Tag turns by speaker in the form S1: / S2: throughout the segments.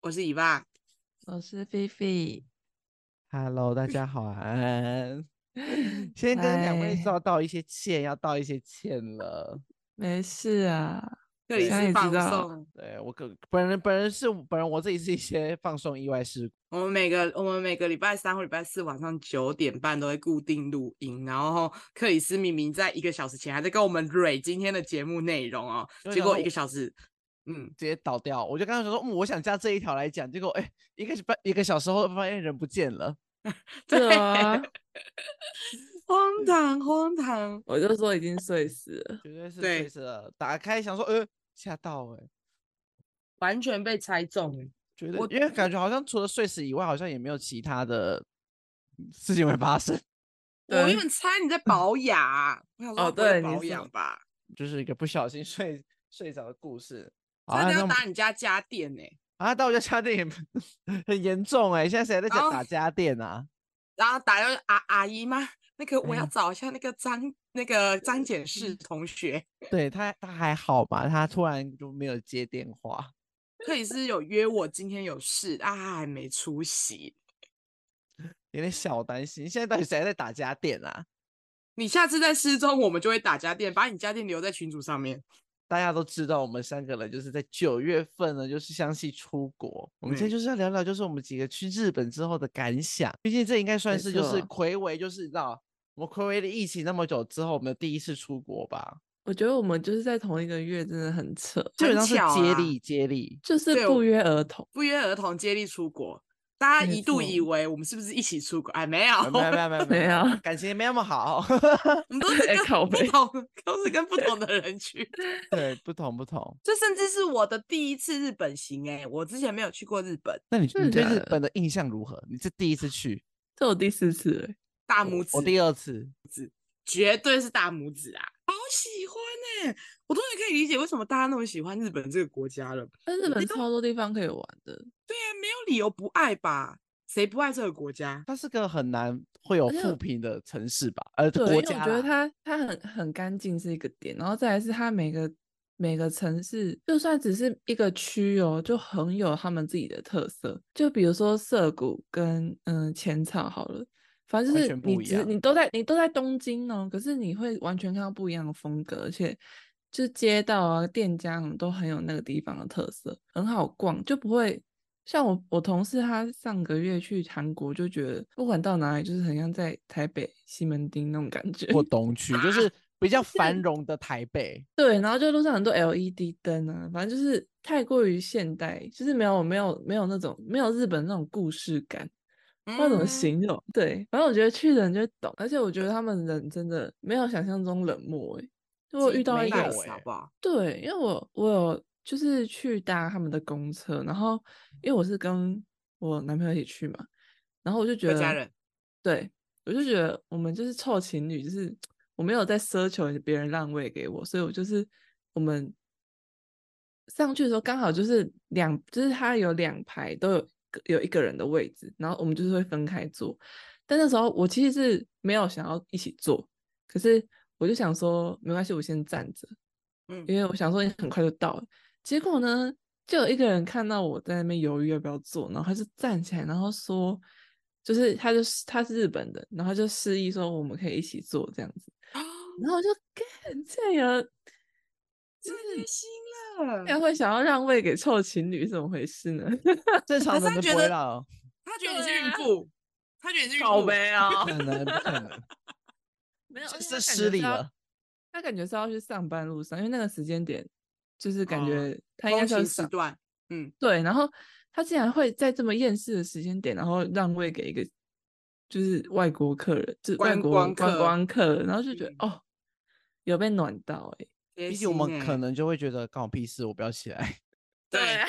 S1: 我是以爸，
S2: 我是菲菲，
S3: Hello，大家好 安。先跟两位
S2: 嗨
S3: 道道一些歉，要道一些歉了。
S2: 没事啊，
S1: 这里
S2: 现在
S1: 是
S2: 也
S1: 放
S2: 知道
S1: 送。
S3: 对我个本人本人是本人我自己是一些放松意外事故。
S1: 我们每个我们每个礼拜三或礼拜四晚上九点半都会固定录音，然后克里斯明明在一个小时前还在跟我们蕊今天的节目内容哦
S3: 因，为
S1: 结
S3: 想
S1: 果
S3: 说
S1: 一个
S3: 我
S1: 小时，嗯，
S3: 直接倒掉，我就刚刚想说，嗯，我想加这一条来讲，结果哎，一个半一个小时后发现人不见了，
S2: 对 啊，
S1: 荒唐荒唐，
S2: 我就说已经睡死了，
S3: 绝对是
S1: 对
S3: 睡死了。打开想说，呃，吓到哎、
S1: 完全被猜中了。
S3: 觉得
S1: 我
S3: 因为感觉好像除了睡死以外，好像也没有其他的事情会发生，
S1: 我
S2: 对
S1: 原本猜你在保养啊，我想说
S2: 哦
S1: 不会
S2: 对你
S1: 保
S2: 是
S1: 养吧，
S3: 就是一个不小心 睡睡着的故事。好
S1: 真
S3: 啊
S1: 的
S3: 那
S1: 要
S3: 我们
S1: 打你家家电呢、
S3: 啊，到我家家电也不很严重哎、现在谁在
S1: 然
S3: 讲
S1: 后
S3: 打家电啊？
S1: 然后打到阿阿姨吗？那个我要
S3: 哎
S1: 找一下那个张那个张检视同学，
S3: 对他，他还好吧？他突然就没有接电话，
S1: 克里斯有约我今天有事啊，他还没出席。
S3: 有点小担心。现在到底谁还在打家电啊？
S1: 你下次再失踪，我们就会打家电，把你家电留在群组上面。
S3: 大家都知道，我们三个人就是在九月份呢，就是相继出国。我们今天
S1: 嗯
S3: 就是要聊聊，就是我们几个去日本之后的感想。毕竟这应该算
S2: 没
S3: 是就是
S2: 错
S3: 魁违，就是你知道我们魁违的疫情那么久之后，我们的第一次出国吧，
S2: 我觉得我们就是在同一个月，真的很扯，
S3: 基本
S1: 很
S3: 上是
S1: 巧
S3: 接
S1: 啊
S3: 力接力。
S2: 就是
S1: 对
S2: 不
S1: 我
S2: 约而同，
S1: 不约而同接力出国，大家
S2: 没
S1: 一度以
S2: 错
S1: 为我们是不是一起出国？哎，没有，
S3: 啊没有没有没有
S2: 没有啊
S3: 感情也没那么 好。
S1: 我们都是
S2: 哎
S1: 跟
S2: 靠
S1: 不
S2: 北
S1: 同，都是跟不 同的人去。
S3: 对，不同不同。
S1: 这甚至是我的第一次日本行哎、我之前没有去过日本，
S3: 那你你
S2: 真的
S3: 对
S2: 假
S3: 日
S2: 的
S3: 本的印象如何？你是第一次去，
S2: 这我第四次了，
S1: 大
S3: 我
S1: 拇
S3: 我
S1: 指
S3: 第二次，
S1: 绝对是大拇指啊，好喜欢哎、我终于可以理解为什么大家那么喜欢日本这个国家了。
S2: 但日
S1: 你
S2: 本
S1: 都
S2: 超多地方可以玩的，
S1: 对啊，没有理由不爱吧？谁不爱这个国家？
S3: 它是个很难会有
S2: 而且
S3: 负评的城市吧？呃，
S2: 对，因为
S3: 国
S2: 我
S3: 家
S2: 觉得
S3: 啦
S2: 它它很很干净是一个点，然后再来是它每个每个城市，就算只是一个区哦，就很有他们自己的特色。就比如说涩谷跟嗯浅草好了，反正就
S3: 完
S2: 是
S3: 全不
S2: 你
S3: 一
S2: 只你
S3: 样
S2: 都在你都在东京哦，可是你会完全看到不一样的风格，而且。就街道啊、店家什么都很有那个地方的特色，很好逛，就不会像我我同事他上个月去韩国，就觉得不管到哪里，就是很像在台北西门町那种感觉。
S3: 或东区， 就是比较繁荣的台北。
S2: 对，然后就路上很多 LED 灯啊，反正就是太过于现代，就是没有没有没有那种没有日本那种故事感，不知道怎么
S1: 嗯
S2: 形容。对，反正我觉得去的人就会懂，而且我觉得他们人真的没有想象中冷漠诶、就我
S1: 自己
S2: 遇到
S1: 没
S2: 一个
S3: 有
S1: nice 好
S3: 欸
S1: 不好？
S2: 对，因为我我有就是去搭他们的公车，然后因为我是跟我男朋友一起去嘛，然后我就觉
S1: 跟
S2: 得，
S1: 家人
S2: 对我就觉得我们就是臭情侣，就是我没有在奢求别人让位给我，所以我就是我们上去的时候刚好就是两，就是他有两排都有个有一个人的位置，然后我们就是会分开坐，但那时候我其实是没有想要一起坐，可是我就想说没关系，我先站着。
S1: 嗯
S2: 因为我想说你很快就到了。结果呢，就有一个人看到我在那边犹豫要不要做，然后他就站起来，然后说，就是他就是他是日本的，然后他就示意说我们可以一起做这样子。
S1: 哦
S2: 然后我就干，这有
S1: 真开心了
S2: 竟。然会想要让位给臭情侣，怎么回事呢？
S3: 正常
S1: 是
S3: 人
S1: 他
S3: 都
S1: 觉
S3: 不会
S1: 得哦
S3: 让，
S1: 他觉得你是
S2: 对
S1: 孕
S2: 啊
S1: 妇，他觉得你是孕
S2: 好
S1: 妇。
S2: 呗啊
S3: 不，可能不可 能，
S2: 没有，而
S3: 这
S2: 且
S3: 是失
S2: 他感觉
S3: 礼
S2: 是要
S3: 了。
S2: 他感觉是要去上班路上，因为那个时间点就是感
S1: 哦
S2: 觉他应该
S1: 通
S2: 是要
S1: 勤
S2: 上
S1: 时段，嗯，
S2: 对，然后他竟然会在这么厌世的时间点，然后让位给一个就是外国客人，就是外
S1: 观
S2: 国
S1: 光
S2: 观
S1: 客
S2: 光客，然后就觉得、
S1: 嗯
S2: 哦，有被暖到哎、
S1: 贴
S3: 毕竟我
S1: 心
S3: 们可
S1: 欸
S3: 能就会觉得关我屁事，我不要起来。
S1: 对，
S2: 啊，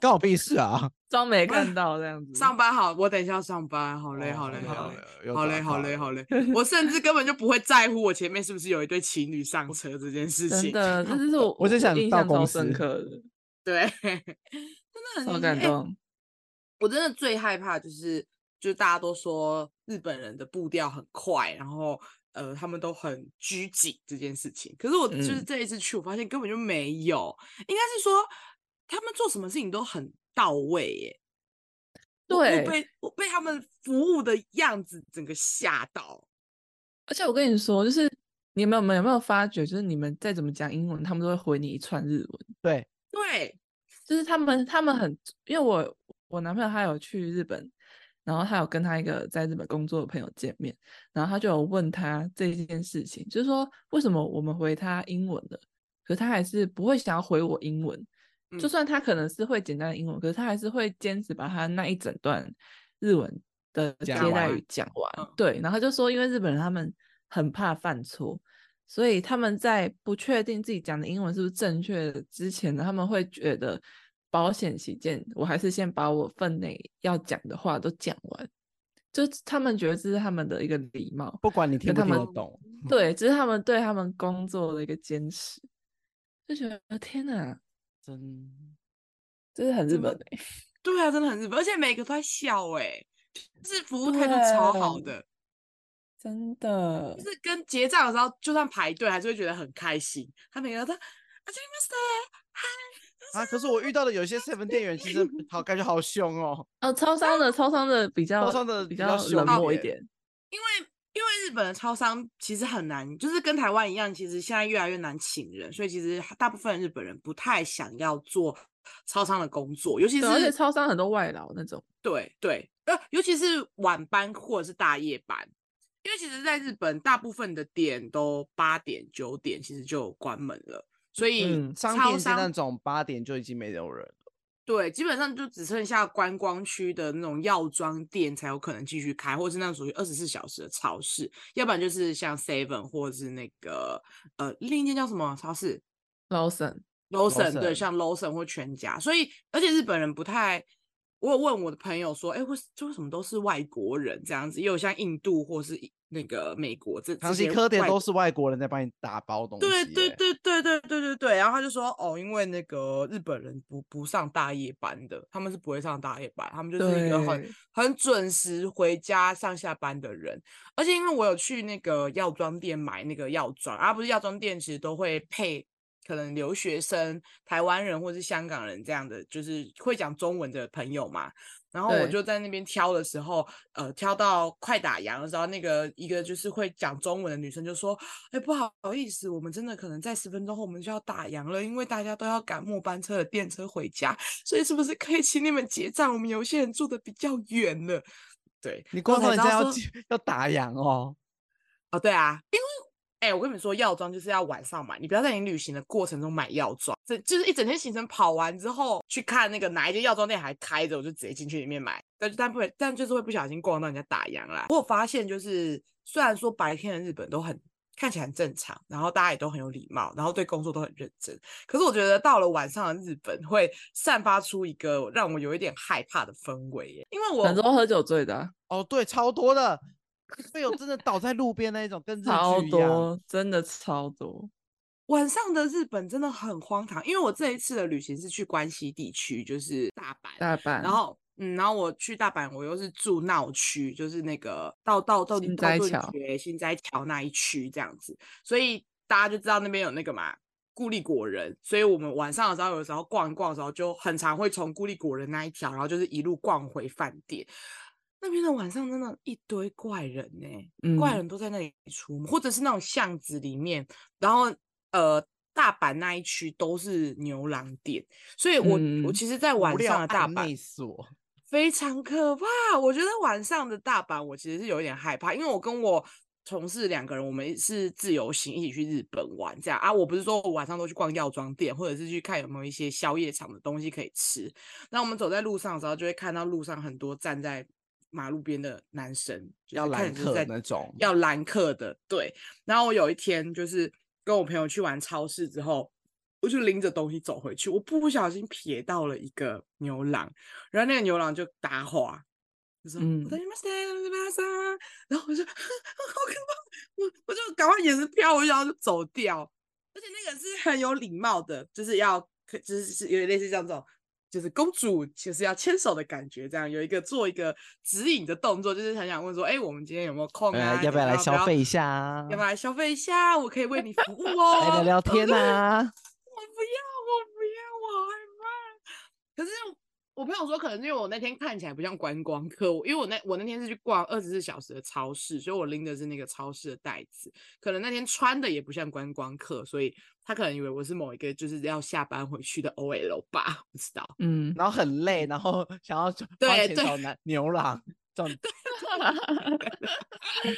S3: 关我屁事啊！
S2: 装没看到这样子。
S1: 上班好，我等一下要上班，好累，
S3: 哦
S1: 好累，好
S3: 好
S1: 累。
S3: 累
S1: 好嘞，好嘞，好嘞！我甚至根本就不会在乎我前面是不是有一对情侣上车这件事
S2: 真
S1: 情。
S2: 的，这就是我
S3: 我只想
S2: 印
S3: 到
S2: 象
S3: 公
S2: 超
S3: 司
S2: 深刻的，
S1: 对， 真的很
S2: 好
S1: 就是
S2: 感
S1: 哎
S2: 动。
S1: 我真的最害怕就是，就大家都说日本人的步调很快，然后呃，他们都很拘谨这件事情。可是我就是
S2: 嗯
S1: 这一次去，我发现根本就没有，应该是说他们做什么事情都很到位耶。我我
S2: 对
S1: 被我被他们服务的样子整个吓到。
S2: 而且我跟你说，就是你们有没有有没有发觉，就是你们再怎么讲英文，他们都会回你一串日文。
S3: 对，
S1: 对，
S2: 就是他们他们很，因为我我男朋友他有去日本，然后他有跟他一个在日本工作的朋友见面，然后他就有问他这件事情，就是说为什么我们回他英文的，可是他还是不会想要回我英文，
S1: 嗯
S2: 就算他可能是会简单的英文，可是他还是会坚持把他那一整段日文的接
S3: 讲
S2: 待
S1: 完
S2: 语讲完
S1: 嗯。
S2: 对，然后他就说因为日本人他们很怕犯错，所以他们在不确定自己讲的英文是不是正确的之前呢，他们会觉得保险起见，我还是先把我分内要讲的话都讲完。就他们觉得这是他们的一个礼貌，
S3: 不管你听
S2: 跟
S3: 不
S2: 他
S3: 听得
S2: 们
S3: 懂，
S2: 对，这是他们对他们工作的一个坚持。就觉得天哪，
S3: 真
S2: 这是很日
S1: 真的
S2: 本的、欸
S1: 对啊，真的很日本，而且每个都在笑哎、就是服务态度超好
S2: 对
S1: 的，
S2: 真的
S1: 就，是跟结账的时候，就算排队还是会觉得很开心。他每个人都啊，这
S3: 啊！可是我遇到的有些 seven 店员 其实好感觉好凶哦，
S2: 哦，超商的超商的比较
S3: 商的
S2: 比
S3: 比较
S2: 较
S3: 凶
S2: 冷
S3: 一
S2: 漠一
S3: 点
S2: 点，
S1: 因为日本的超商其实很难，就是跟台湾一样，其实现在越来越难请人，所以其实大部分日本人不太想要做超商的工作，尤其
S2: 对，而且
S1: 是
S2: 超商很多外劳那种，
S1: 对对，呃，尤其是晚班或者是大夜班，因为其实在日本大部分的店都八点九点其实就关门了，所以
S3: 嗯，商
S1: 超
S3: 店是那
S1: 商
S3: 种八点就已经没有人了，
S1: 对基本上就只剩下观光区的那种药妆店才有可能继续开，或是那种属于二十四小时的超市，要不然就是像 Seven 或者是那个呃另一间叫什么超市，
S2: 劳森
S1: Lawson 对，
S3: Lawson
S1: 像 Lawson 或全家，所以而且日本人不太，我有问我的朋友说，哎、为就为什么都是外国人这样子？也有像印度或是一那个美国这
S3: 长期
S1: 科
S3: 科店都是外国人在帮你打包东西
S1: 对
S3: 耶，
S1: 对对对对对对对，然后他就说，哦，因为那个日本人不不上大夜班的，他们是不会上大夜班，他们就是一个很
S2: 对
S1: 很准时回家上下班的人。而且因为我有去那个药妆店买那个药妆，啊，不是药妆店其实都会配可能留学生、台湾人或是香港人这样的，就是会讲中文的朋友嘛。然后我
S2: 对
S1: 就在那边挑的时候，呃，挑到快打烊的时候，那个一个就是会讲中文的女生就说：“哎，不好意思，我们真的可能在十分钟后我们就要打烊了，因为大家都要赶末班车的电车回家，所以是不是可以请你们结账？我们有些人住的比较远了。”对，
S3: 你
S1: 然
S3: 光
S1: 后
S3: 说人
S1: 才知
S3: 家
S1: 道
S3: 要
S1: 说
S3: 进要打烊哦，
S1: 哦，对啊，因为哎、我跟你们说，药妆就是要晚上买，你不要在你旅行的过程中买药妆，这就是一整天行程跑完之后，去看那个哪一间药妆店还开着，我就直接进去里面买。但就但不会，但就是会不小心逛到人家打烊啦。我有发现就是，虽然说白天的日本都很。看起来很正常，然后大家也都很有礼貌，然后对工作都很认真。可是我觉得到了晚上的日本，会散发出一个让我有一点害怕的氛围耶，因为我
S2: 很多喝酒醉的啊、
S3: 哦对，超多的，会有真的倒在路边那一种，跟日
S2: 超
S3: 剧一样，
S2: 多，真的超多。
S1: 晚上的日本真的很荒唐，因为我这一次的旅行是去关西地区，就是大阪，
S2: 大阪，
S1: 然后嗯，然后我去大阪，我又是住闹区，就是那个道道道
S2: 新
S1: 道
S2: 斋
S1: 顿
S2: 桥
S1: 崛、新斋桥那一区这样子，所以大家就知道那边有那个嘛固力果人，所以我们晚上的时候，有时候逛一逛的时候，就很常会从固力果人那一条，然后就是一路逛回饭店。那边的晚上真的一堆怪人呢、怪
S2: 嗯
S1: 人都在那里出没，或者是那种巷子里面，然后呃，大阪那一区都是牛郎店，所以我、我
S2: 嗯
S1: 其实，在
S3: 无
S1: 晚
S3: 料
S1: 上的大
S3: 案
S1: 阪
S3: 内所，
S1: 非常可怕。我觉得晚上的大阪，我其实是有一点害怕，因为我跟我同事两个人，我们是自由行一起去日本玩，这样啊。我不是说我晚上都去逛药妆店，或者是去看有没有一些宵夜场的东西可以吃。那我们走在路上的时候，就会看到路上很多站在马路边的男生，就
S3: 要
S1: 是看
S3: 揽
S1: 起来就是
S3: 客
S1: 在啊
S3: 那种，
S1: 要兰克的，对。然后我有一天就是跟我朋友去完超市之后，我就拎着东西走回去，我不小心瞥到了一个牛郎，然后那个牛郎就搭话，就说“
S2: 嗯
S1: 我你们谁？你们谁？”然后我就 好可怕，我我就赶快眼神飘回去，然后就走掉。而且那个是很有礼貌的，就是要可就是是有点类似像这种，就是公主就是要牵手的感觉，这样有一个做一个指引的动作，就是很想问说，哎、我们今天有没有空啊？
S3: 呃，要不要来消费一
S1: 下？
S3: 下啊
S1: 要？不要来消费一下？我可以为你服务哦。
S3: 来聊聊 天啊？
S1: 我不要，我不要，我害怕。可是我朋友说，可能因为我那天看起来不像观光客，我因为我那我那天是去逛二十四小时的超市，所以我拎的是那个超市的袋子，可能那天穿的也不像观光客，所以他可能以为我是某一个就是要下班回去的 OL 吧，不知道。
S2: 嗯，
S3: 然后很累，然后 想要就花
S1: 对
S3: 钱
S1: 对
S3: 找男牛郎，找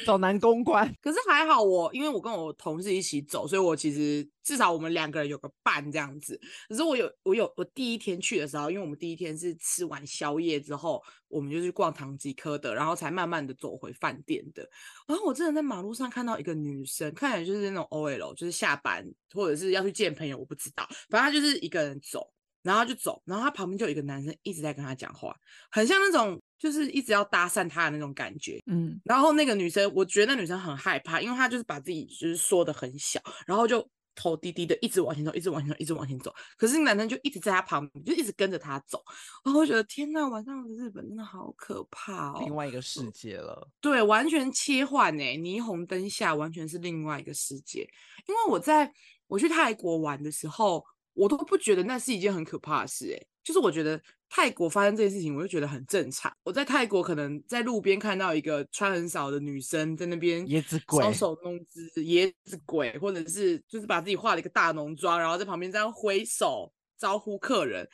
S3: 找男公 关，
S1: 可是还好我，因为我跟我同事一起走，所以我其实至少我们两个人有个伴这样子。可是我有我有我第一天去的时候，因为我们第一天是吃完宵夜之后，我们就去逛唐吉诃德，然后才慢慢的走回饭店的。然后我真的在马路上看到一个女生，看起来就是那种 OL，就是下班或者是要去见朋友，我不知道，反正她就是一个人走，然后她就走，然后她旁边就有一个男生一直在跟她讲话，很像那种就是一直要搭讪她的那种感觉。
S2: 嗯，
S1: 然后那个女生，我觉得那女生很害怕，因为她就是把自己就是缩的很小，然后就头低低的一直往前走，一直往前走，一直往前走。可是男生就一直在她旁边，就一直跟着她走。然后我觉得天呐，晚上的日本真的好可怕哦！
S3: 另外一个世界了。
S1: 对，完全切换呢、欸霓虹灯下完全是另外一个世界。因为我在我去泰国玩的时候，我都不觉得那是一件很可怕的事、欸，就是我觉得泰国发生这件事情，我就觉得很正常。我在泰国可能在路边看到一个穿很少的女生在那边
S3: 椰子
S1: 搔
S3: 鬼
S1: 首弄姿，椰子鬼，或者是就是把自己化了一个大浓妆，然后在旁边这样挥手招呼客人，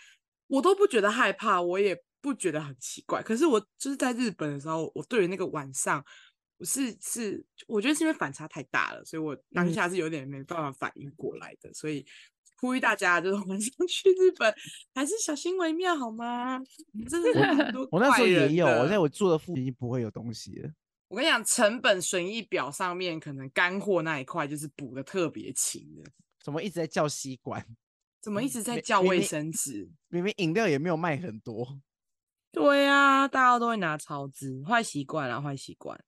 S1: 我都不觉得害怕，我也不觉得很奇怪。可是我就是在日本的时候，我对于那个晚上，我是是，我觉得是因为反差太大了，所以我当
S2: 嗯
S1: 下是有点没办法反应过来的，所以。呼吁大家，就是晚上去日本还是小心为妙好吗？真的是很多
S3: 我那时候
S1: 怪
S3: 也
S1: 人
S3: 有，我
S1: 的
S3: 在我住的附近不会有东西了。
S1: 我跟你讲，成本损益表上面可能干货那一块就是补的特别勤的，
S3: 怎么一直在叫吸管？
S1: 怎么一
S3: 嗯
S1: 直在
S3: 没
S1: 叫
S3: 明
S1: 卫
S3: 明
S1: 生纸？
S3: 明明饮料也没有卖很多，
S1: 对啊，大家都会拿超支，坏习惯啊，坏习惯，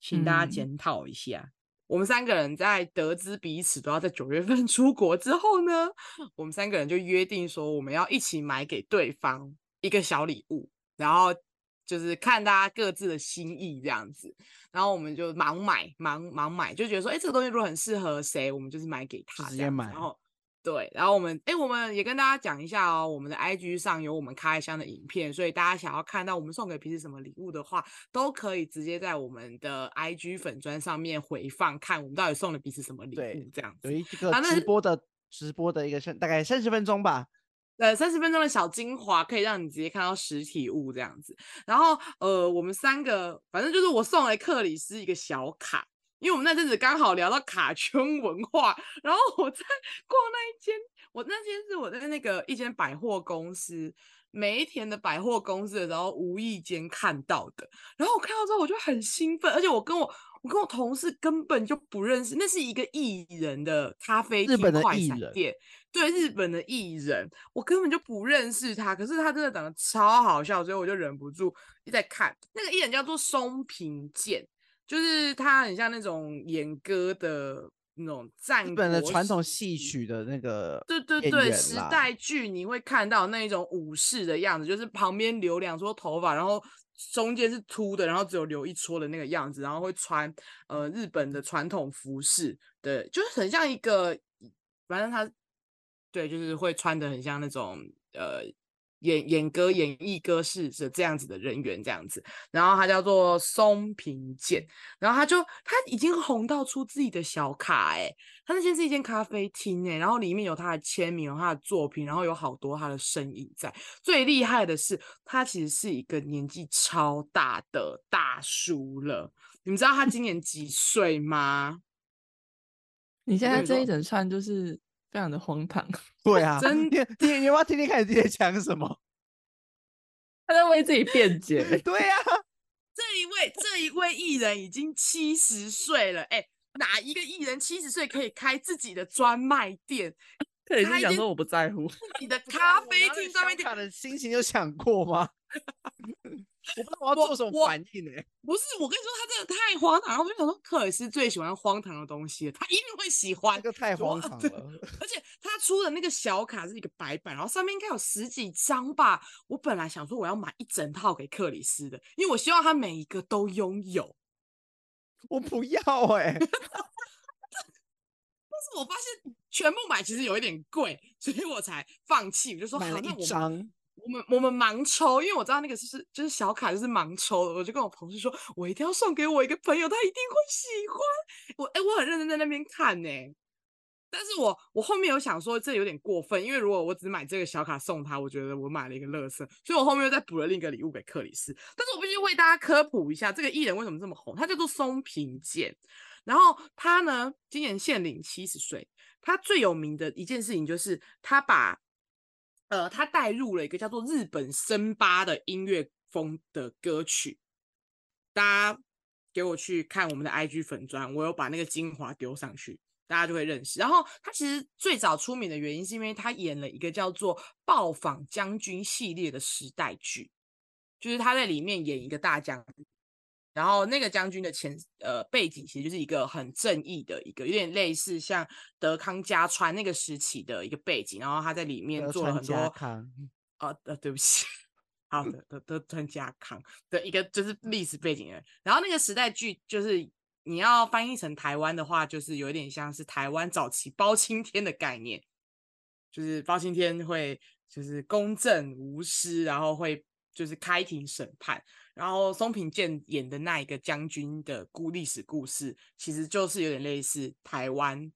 S1: 请大家
S2: 嗯
S1: 检讨一下。我们三个人在得知彼此都要在九月份 出国之后呢，我们三个人就约定说，我们要一起买给对方一个小礼物，然后就是看大家各自的心意这样子。然后我们就盲买，盲盲买，就觉得说，哎、这个东西如果很适合谁，我们就是买给他
S3: 直
S1: 这
S3: 接
S1: 样子
S3: 买
S1: 然后对，然后我们，哎、我们也跟大家讲一下哦，我们的 IG 上有我们开箱的影片，所以大家想要看到我们送给彼此什么礼物的话，都可以直接在我们的 IG 粉砖上面回放，看我们到底送了彼此什么礼
S3: 对
S1: 物这样
S3: 有
S1: 子。
S3: 一个
S1: 啊那
S3: 直
S1: 是
S3: 播的直播的一个像大概三十分钟吧，
S1: 呃，三十分钟的小精华可以让你直接看到实体物这样子。然后呃，我们三个反正就是我送了克里斯一个小卡，因为我们那阵子刚好聊到卡圈文化，然后我在逛那一间，我那间是我在那个一间百货公司。梅田的百货公司的时候，无意间看到的，然后我看到之后我就很兴奋，而且我跟我我跟我同事根本就不认识，那是一个艺人的咖啡
S3: 日
S1: 厅
S3: 本的
S1: 快
S3: 艺
S1: 闪
S3: 人
S1: 店，对日本的艺人，我根本就不认识他，可是他真的长得超好笑，所以我就忍不住一直在看。那个艺人叫做松平健，就是他很像那种演歌的那种战
S3: 日
S1: 国
S3: 本的传统
S1: 时
S3: 戏
S1: 期
S3: 曲的那个
S1: 对对
S3: 演
S1: 对，
S3: 员
S1: 时
S3: 啦
S1: 代剧你会看到那一种武士的样子，就是旁边留两撮头发，然后中间是秃的，然后只有留一撮的那个样子，然后会穿呃日本的传统服饰，对，就是很像一个，反正他对，就是会穿的很像那种呃演演歌、演艺歌式的这样子的人员这样子，然后他叫做松平健，然后他就他已经红到出自己的小卡哎、他那间是一间咖啡厅欸诶，然后里面有他的签名，有他的作品，然后有好多他的身影在。最厉害的是，他其实是一个年纪超大的大叔了。你们知道他今年几岁吗？
S2: 你现
S1: 跟
S2: 在
S1: 你
S2: 这
S1: 说
S2: 一整串就是非常的荒唐，
S3: 对啊，
S1: 真
S3: 你你你要不要听听看你自己在讲什么？。
S2: 他在为自己辩解
S3: 对啊，
S1: 这一位这一位艺人已经七十岁了，哎、哪一个艺人七十岁可以开自己的专卖店？
S2: 他已
S1: 他
S2: 经
S1: 已
S2: 讲
S1: 经
S2: 说我不在乎，
S1: 你 的咖啡
S3: 我拿着
S1: 厅上面
S3: 小卡的心情有想过吗？我不知道我要
S1: 我
S3: 做什么
S1: 我
S3: 反应欸呢、
S1: 不是，我跟你说，他真的太荒唐了。我就想说，克尔斯最喜欢荒唐的东西了，他一定会喜欢
S3: 这。个太荒唐
S1: 对
S3: 了。
S1: 而且他出的那个小卡是一个白板，然后上面应该有十几张吧。我本来想说我要买一整套给克里斯的，因为我希望他每一个都拥有。
S3: 我不要哎、
S1: 但是我发现全部买其实有一点贵，所以我才放弃。我就说好，
S3: 买了
S1: 那
S3: 一
S1: 我们
S3: 张，
S1: 我们我们盲抽，因为我知道那个就是就是小卡就是盲抽的，我就跟我同事说，我一定要送给我一个朋友，他一定会喜欢。我哎、我很认真在那边看呢、但是我我后面有想说这有点过分，因为如果我只买这个小卡送他，我觉得我买了一个乐色，所以我后面又再补了另一个礼物给克里斯。但是我必须为大家科普一下，这个艺人为什么这么红，他叫做松平健，然后他呢今年现龄七十岁，他最有名的一件事情就是他把，呃，他带入了一个叫做日本森巴的音乐风的歌曲。大家给我去看我们的 IG 粉砖，我有把那个精华丢上去，大家就会认识。然后他其实最早出名的原因是因为他演了一个叫做《暴坊将军》系列的时代剧，就是他在里面演一个大将军然后那个将军的前呃背景其实就是一个很正义的一个，有点类似像德康家川那个时期的一个背景。然后他在里面
S3: 德
S1: 做了
S3: 川
S1: 很多
S3: 家康
S1: 啊呃，对不起，好的的的川家康的一个就是历史背景的人。然后那个时代剧就是你要翻译成台湾的话，就是有点像是台湾早期包青天的概念，就是包青天会就是公正无私，然后会就是开庭审判。然后松平健演的那一个将军的故历史故事，其实就是有点类似台湾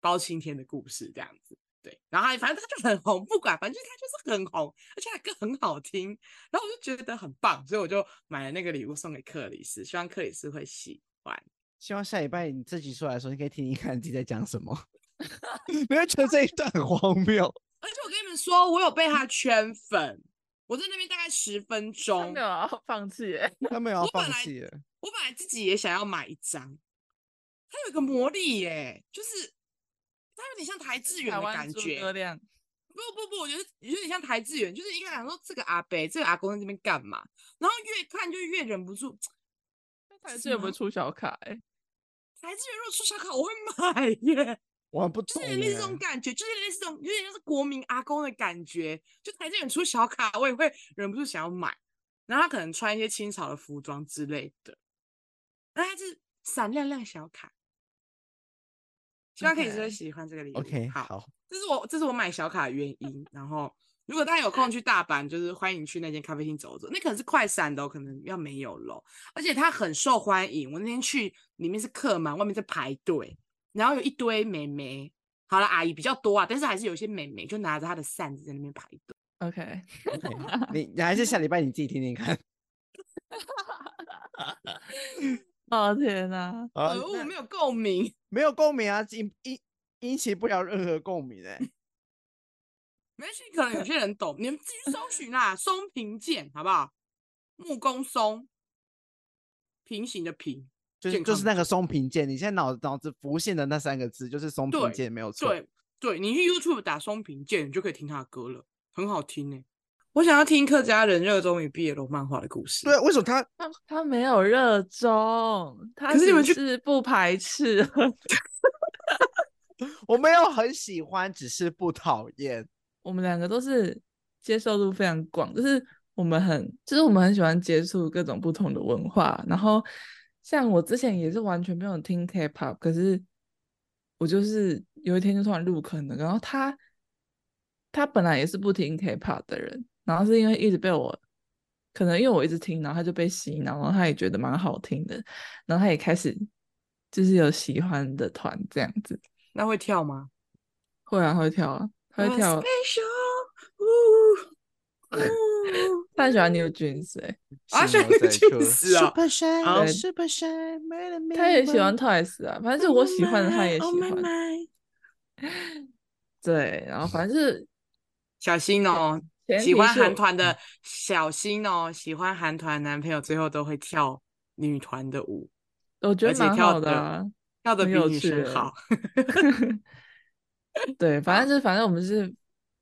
S1: 包青天的故事这样子。对，然后他反正他就很红，不管，反正就是他就是很红，而且他歌很好听，然后我就觉得很棒，所以我就买了那个礼物送给克里斯，希望克里斯会喜欢。
S3: 希望下礼拜你自己出来的时候，你可以听听看自己在讲什么。 你会觉得这一段很荒谬。
S1: 而且我跟你们说，我有被他圈粉，我在那边大概十分
S2: 他
S1: 钟
S2: 没，有要 放弃欸耶。
S3: 他们也要
S1: 我本
S3: 放
S1: 来
S3: 弃了，
S1: 我本来自己也想要买一张，它有一个魔力耶，就是它有点像台志远
S2: 台
S1: 的
S2: 湾
S1: 感
S2: 诸
S1: 觉，
S2: 葛亮
S1: 不不不，我觉得有点像台志远，就是一个想说这个阿伯、这个阿公在这边干嘛，然后越看就越忍不住，
S2: 台
S1: 是
S2: 剧有没有
S1: 吗
S2: 出小卡欸耶？
S1: 台志远如果出小卡，我会买耶，
S3: 我很不
S1: 就是
S3: 懂
S1: 有
S3: 哦耶。
S1: 点类似这种感觉，就是有点类似这种有点像是国民阿公的感觉，就台志远出小卡，我也会忍不住想要买，然后他可能穿一些清朝的服装之类的，那他是闪亮亮小卡。希望可以会
S2: OK
S1: 喜欢这个礼物。
S3: OK，
S1: 好，
S3: 好，
S1: 这是我这是我买小卡的原因。然后，如果大家有空去大阪，就是欢迎去那间咖啡厅走走。那可能是快闪的、哦，可能要没有咯。而且它很受欢迎。我那天去，里面是客满，外面在排队，然后有一堆美眉。好了，阿姨比较多啊，但是还是有一些美眉就拿着她的扇子在那边排队。
S2: OK，
S3: OK，你 你还是下礼拜你自己听听看。
S2: 哦天哪、
S3: 啊
S1: 呃，我
S3: 那
S1: 没有共鸣。
S3: 没有共鸣啊，引引引起不了任何共鸣哎、
S1: 没事，可能有些人懂，你们自己去搜寻啦。松平健，好不好？木工松，平行的平，
S3: 就是
S1: 健
S3: 就是
S1: 康
S3: 那个松平健，你现在脑脑子浮现的那三个字就是松平
S1: 对
S3: 健，没有错。
S1: 对对，你去 YouTube 打松平健，你就可以听他的歌了，很好听呢、欸我想要听客家人热衷于 BL 漫画的故事。
S3: 对，为什么他
S2: 他他没有热衷，他
S1: 可是你们
S2: 只
S1: 去
S2: 是不排斥而已。
S3: 我没有很喜欢，只是不讨厌。
S2: 我们两个都是接受度非常广，就是我们很，就是我们很喜欢接触各种不同的文化。然后，像我之前也是完全没有听 K-pop，可是我就是有一天就突然入坑了。然后他，他本来也是不听 K-pop 的人，然后是因为一直被我，可能因为我一直听，然后他就被洗脑，然后他也觉得蛮好听的，然后他也开始就是有喜欢的团这样子，
S1: 那会跳吗？
S2: 会啊，会跳啊，他会
S1: 呃
S2: 跳。
S1: ，special，呜
S2: 他很喜欢 New Jeans 哎、
S1: 啊
S3: 是
S1: 选
S3: 牛
S1: 个
S3: 仔
S1: 去
S3: 裤
S1: 死啊
S3: Super shy,
S1: 好
S3: super shy, made a
S2: 他也
S3: million
S2: 喜欢
S3: bucks
S2: Twice 啊，
S1: 哦
S2: 反正就我喜欢的他也喜
S1: Oh my
S2: 欢。
S1: mind
S2: 对，然后反正是
S1: 小心哦，
S2: 前
S1: 喜
S2: 提
S1: 欢
S2: 是嗯
S1: 韩团的小心哦，喜欢韩团的男朋友最后都会跳女团的舞，
S2: 我觉
S1: 而
S2: 得
S1: 且
S2: 蛮
S1: 跳
S2: 好的
S1: 得
S2: 啊，
S1: 跳的
S2: 很
S1: 比
S2: 有
S1: 女
S2: 趣
S1: 生
S2: 欸
S1: 好。
S2: 对，反
S1: 啊
S2: 正就是反正我们是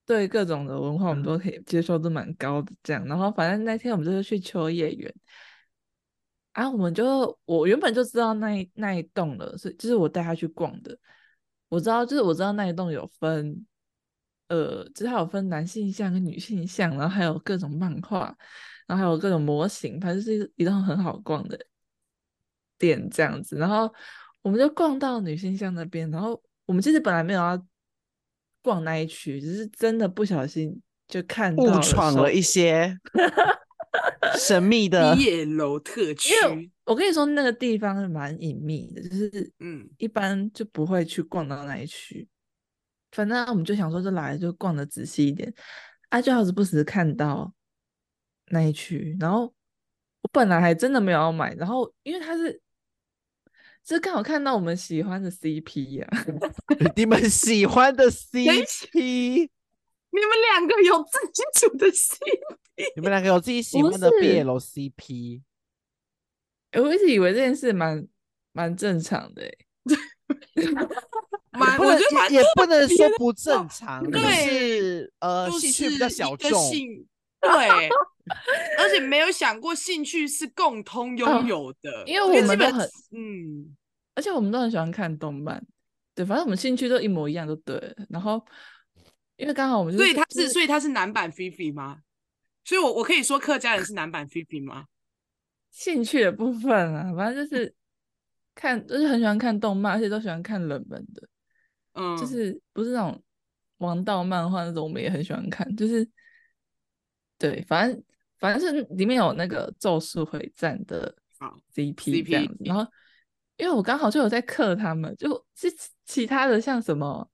S2: 对各种的文化，我们
S1: 嗯
S2: 都可以接受度蛮高的这样。然后反正那天我们就是去秋叶原，啊，我们就我原本就知道那一那一栋了，是就是我带他去逛的，我知道就是我知道那一栋有分，呃，就是它有分男性向跟女性向，然后还有各种漫画，然后还有各种模型，反正就是一栋很好逛的店这样子。然后我们就逛到女性向那边，然后我们其实本来没有要逛那一区，只是真的不小心就看到
S3: 误
S2: 了
S3: 闯
S2: 手
S3: 了一 些神秘的
S1: 毕，业楼特区，
S2: 因为我跟你说，那个地方是蛮隐秘的，就是
S1: 嗯
S2: 一般就不会去逛到那一区。反正我们就想说，就来了就逛的仔细一点。啊，就好死不死看到那一区，然后我本来还真的没有要买，然后因为它是，这刚好看到我们喜欢的 CP 呀、
S3: 你们喜欢 的 CP，
S1: 你们两个有自己组的戏，
S3: 你们两个有自己喜
S2: 不
S3: 欢的
S2: 是
S3: BL CP，
S2: 欸我一直以为这件事蛮蛮正常的欸、
S1: 蛮
S3: 不
S1: 哎我
S3: 能
S1: 觉得蛮
S3: 也也不能说不 正常，就
S1: 对
S3: 是呃
S1: 就
S3: 兴趣比
S1: 是
S3: 较
S1: 一
S3: 小
S1: 个
S3: 众，
S1: 兴对，而且没有想过兴趣是共通
S2: 哦
S1: 拥有的，
S2: 因为我
S1: 基本
S2: 们都很
S1: 嗯，
S2: 而且我们都很喜欢看动漫，对，反正我们兴趣都一模一样，就对了。然后，因为刚好我们就
S1: 所
S2: 是
S1: 以他，
S2: 就是
S1: 所以他是男版菲菲吗？所以我我可以说客家人是男版菲菲吗？
S2: 兴趣的部分啊，反正就是看，就是很喜欢看动漫，而且都喜欢看冷门的，
S1: 嗯，
S2: 就是不是那种王道漫画那种，我们也很喜欢看，就是对，反正反正是里面有那个《咒术回战》的
S1: 好
S2: CP 这样子，
S1: CP
S2: 然后因为我刚好就有在克他们，就是其其他的像什么。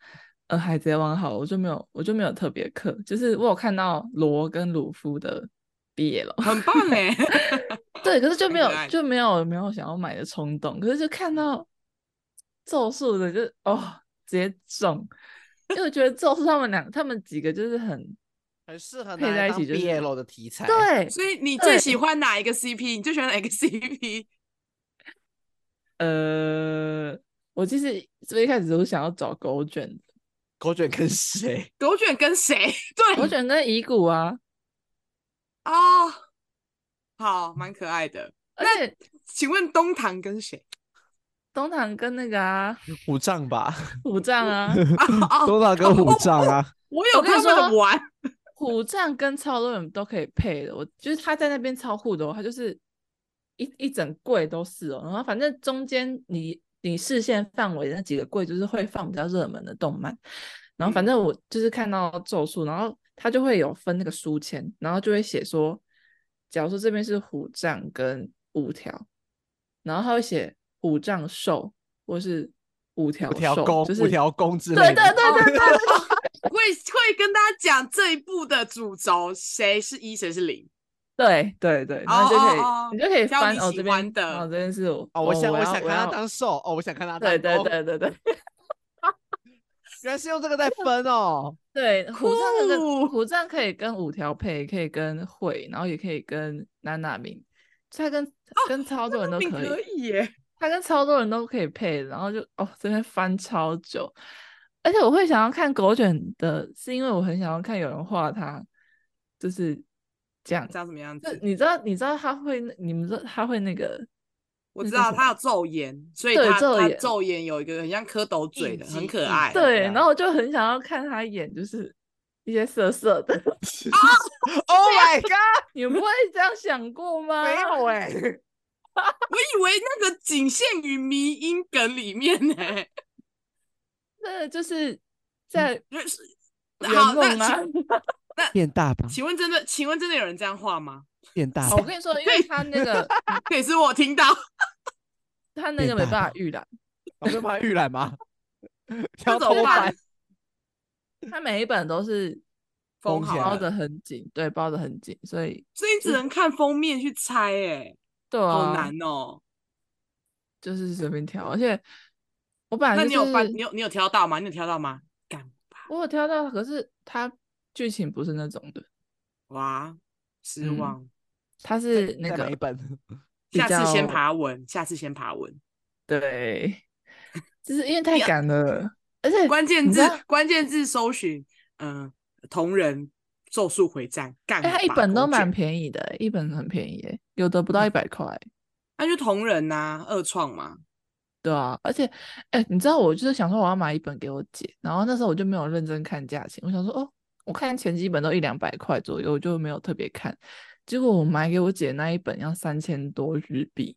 S2: 呃，海贼王好了，我就没有，我就没有特别克，就是我有看到罗跟鲁夫的 BL，
S1: 很棒哎、
S2: 对，可是就
S1: 很
S2: 没
S1: 可
S2: 有
S1: 爱
S2: 就没有没有想要买的冲动，可是就看到咒术的就哦直接中，因为我觉得咒术他们两他们几个就是很
S3: 很适合
S2: 配
S3: 拿来
S2: 在一
S3: 当
S2: 起就是
S3: BL 的题材。
S2: 对，
S1: 所以你最
S2: 对
S1: 喜欢哪一个 CP？你最喜欢哪一个 CP？
S2: 呃，我其实最一开始我想要找狗卷的，
S3: 狗卷跟谁？
S1: 狗卷跟谁？对
S2: 狗卷跟乙骨啊，
S1: 啊、哦，好，蛮可爱的。
S2: 而且
S1: 请问东堂跟谁？
S2: 东堂跟那个啊
S3: 虎杖吧，
S2: 虎 杖啊，
S1: 啊哦，
S3: 多大跟虎杖啊，
S1: 我有
S2: 我跟
S1: 跟他
S2: 你说
S1: 们玩，
S2: 虎杖跟超多人都可以配的，我就是他在那边超酷的哦，他就是一一整柜都是哦，然后反正中间你你视线范围的那几个柜就是会放比较热门的动漫，
S3: 嗯
S2: 然后反正我就是看到咒术，然后他就会有分那个书签，然后就会写说，假如说这边是虎杖跟五条，然后他会写虎杖兽或是五条
S3: 五条
S2: 兽
S3: 公，
S2: 哦就是
S3: 五条公之
S2: 对
S3: 类
S2: 对
S3: 的。
S2: 对对对，
S1: 会会跟大家讲这一部的主轴，谁是一，谁是零。
S2: 对对对，然后就
S1: 哦
S2: 可以，
S1: 哦
S2: 你就可以
S1: 挑
S2: 翻
S1: 你
S2: 哦
S1: 喜
S2: 这
S1: 欢
S2: 边，
S1: 的
S2: 哦这边是我
S3: 哦，我想
S2: 我
S3: 我
S2: 要
S3: 想看他
S2: 要
S3: 当兽，哦，我想看他当
S2: 对对
S3: 公，
S2: 对对对
S3: 原来是用这个在分 哦。
S2: 对，虎杖可以
S1: 酷
S2: 跟虎杖可以跟五条配，也可以跟慧，然后也可以跟娜娜明，他跟
S1: 哦
S2: 跟超多人都
S1: 你
S2: 可以，
S1: 以耶，
S2: 他跟超多人都可以配，然后就哦这边翻超久，而且我会想要看狗卷的，是因为我很想要看有人画他，就是这样。
S1: 长什么样
S2: 就
S1: 子？
S2: 你知道，你知道他会那，你们知道他会那个
S1: 我
S2: 那
S1: 知
S2: 叫
S1: 道
S2: 什
S1: 他有皱眼，所以
S2: 对
S1: 他
S2: 皱
S1: 他
S2: 眼
S1: 皱眼有一个很像蝌蚪嘴的，
S3: 应
S1: 很
S3: 激
S1: 可
S3: 应
S1: 爱。
S3: 对
S2: 对，
S3: 啊
S2: 然后我就很想要看他演，就是一些色色的。
S3: Oh
S2: 啊
S3: my god，
S2: 你们不会这样想过吗？
S3: 没 有哎，
S1: 我以为那个仅限于迷音梗里面呢、
S2: 那
S1: 嗯
S2: 就是在
S1: 就是
S2: 圆
S1: 好，那
S2: 梦吗？
S1: 请
S3: 变大吧，
S1: 请问真的，请问真的有人这样画吗？
S3: 变大
S2: 哦我跟你说，因为他 那个
S1: 可以是我听 到，
S2: 他那
S3: 变
S2: 个没
S3: 大
S2: 办
S3: 吧
S2: 法预览，
S3: 我们拍预览 吗？
S1: 那
S3: 要
S1: 怎
S3: 偷
S1: 么
S3: 拍
S1: 办？
S2: 他每一本 都是
S1: 封
S3: 封起
S1: 好
S3: 来
S2: 包
S1: 了，
S2: 的很紧，对，包的很紧，所以
S1: 所以你只能看封面去猜、欸，
S2: 对
S1: 哎，好
S2: 啊
S1: 难，哦。
S2: 就是随便挑。而且我本来
S1: 那
S2: 啊就
S1: 你有翻，
S2: 是
S1: 你有你有挑到吗？你有挑到吗？干
S2: 我有挑到，可是他剧情不是那种的，
S1: 哇，失
S2: 嗯
S1: 望。
S2: 他是那
S3: 再买
S2: 个
S3: 一本，
S2: 比
S1: 下次先
S2: 较
S1: 爬文，下次先爬文。
S2: 对，就是因为太
S1: 要
S2: 赶了。而且
S1: 关键
S2: 你知
S1: 字
S2: 道
S1: 关键字搜寻，嗯、同人咒术回战干
S2: 哎，它一
S1: 法
S2: 本
S1: 狗
S2: 都蛮
S1: 卷，
S2: 便宜的欸，一本很便宜欸，有的不到一
S1: 嗯
S2: 百块。
S1: 那、就同人呐、二创嘛，
S2: 对啊，而且，哎，你知道我就是想说我要买一本给我姐，然后那时候我就没有认真看价钱，我想说哦，我看前几本都一两百块左右，我就没有特别看。结果我买给我姐那一本要三千多日币，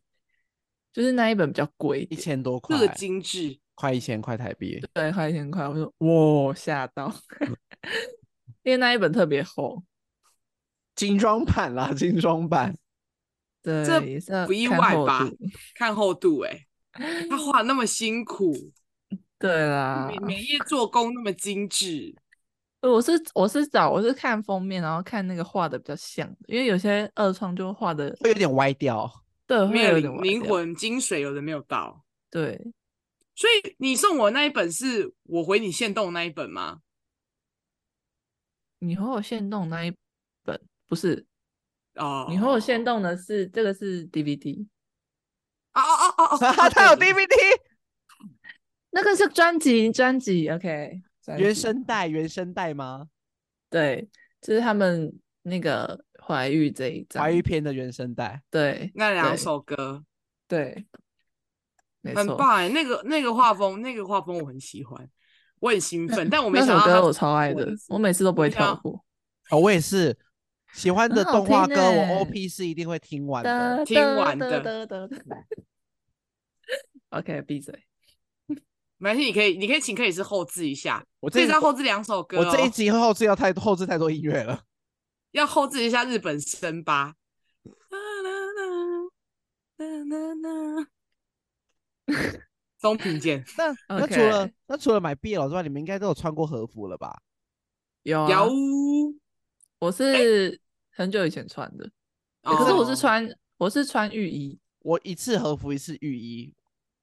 S2: 就是那一本比较贵一
S3: 一
S2: 点，
S3: 千多块
S1: 这，个精致。
S3: 快一千块台币。
S2: 对，快一千块，我说哇吓到，
S1: 嗯
S2: 因为那一本特别厚，
S3: 精装版啦，精装版。
S2: 对，
S1: 这
S2: 也是要
S1: 不意
S2: 呃看
S1: 外
S2: 厚
S1: 吧
S2: 度？
S1: 看厚度、欸，哎，他 画得那么辛苦，
S2: 对啦，
S1: 每每页做工那么精致，
S2: 我是我是找我是看封面，然后看那个画的比较像的，因为有些二创就画的
S3: 会有点歪掉。，
S2: 对
S1: 没
S2: 会
S1: 有
S2: 有点
S1: 灵
S2: 歪
S1: 灵
S2: 掉，
S1: 魂精髓，有的没有到。
S2: 对，
S1: 所以你送我那一本是我回你现动那一本吗？
S2: 你和我现动那一本不是，
S1: 哦，
S2: 你和我现动的是这个是 DVD，
S1: 哦哦哦 哦
S3: 他有 DVD
S2: 那个是专辑专辑，OK，专
S3: 原
S2: 辑
S3: 声带，原声带吗？
S2: 对，就是他们那个怀玉这一张，
S3: 华语片的原声带，
S2: 对
S1: 那两
S2: 对
S1: 首歌
S2: 对，没
S1: 很
S2: 错，
S1: 棒哎，那个那个画风，那个画风我很喜欢，我很兴 奋，但我没
S2: 那
S1: 想
S2: 首
S1: 到
S2: 歌
S1: 它
S2: 我超爱
S1: 文
S2: 的，
S1: 字
S2: 我每次都不
S1: 我
S2: 会
S1: 想
S2: 跳
S1: 要
S2: 过，
S3: 哦，我也是喜欢的
S2: 很好
S3: 动画
S2: 听
S3: 歌，
S2: 欸
S3: 我 OP 是一定会听完的。
S2: 哒
S1: 听
S2: 哒
S1: 完
S2: 哒
S1: 的
S2: 哒哒哒 OK，闭嘴。
S1: 没关系，你可以，你可以请克里斯后置一下，
S3: 我
S1: 这
S3: 一
S1: 次要后置两首歌、哦，
S3: 我这一集后置要太后置太多音乐了。
S1: 要后置一下日本声吧。 中平见，
S3: 那那除
S2: OK
S3: 了那除了买 BL 之外，你们应该都有穿过和服了吧？
S2: 有啊，
S1: 摇屋。
S2: 我是很久以前穿的，欸可是我
S1: 哎
S2: 是
S1: 哦
S2: 穿我是穿浴衣，
S3: 我一次和服一次浴衣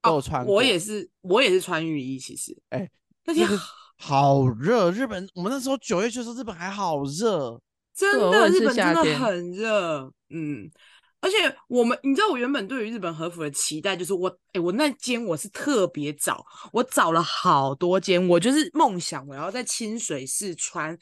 S1: 哦
S3: 都有穿过。
S1: 我也是，我也是穿浴衣，其实，
S3: 哎
S1: 那
S3: 就
S1: 天
S3: 是好热，日本我们那时候九月去的时候，日本还好热。
S1: 真
S2: 对
S1: 的
S2: 我也
S1: 日
S2: 是
S1: 本真
S2: 夏
S1: 的
S2: 天
S1: 很热，嗯，而且我们，你知道我原本对于日本和服的期待就是我，哎、我那间我是特别找，我找了好多间，我就是梦想我要在清水寺穿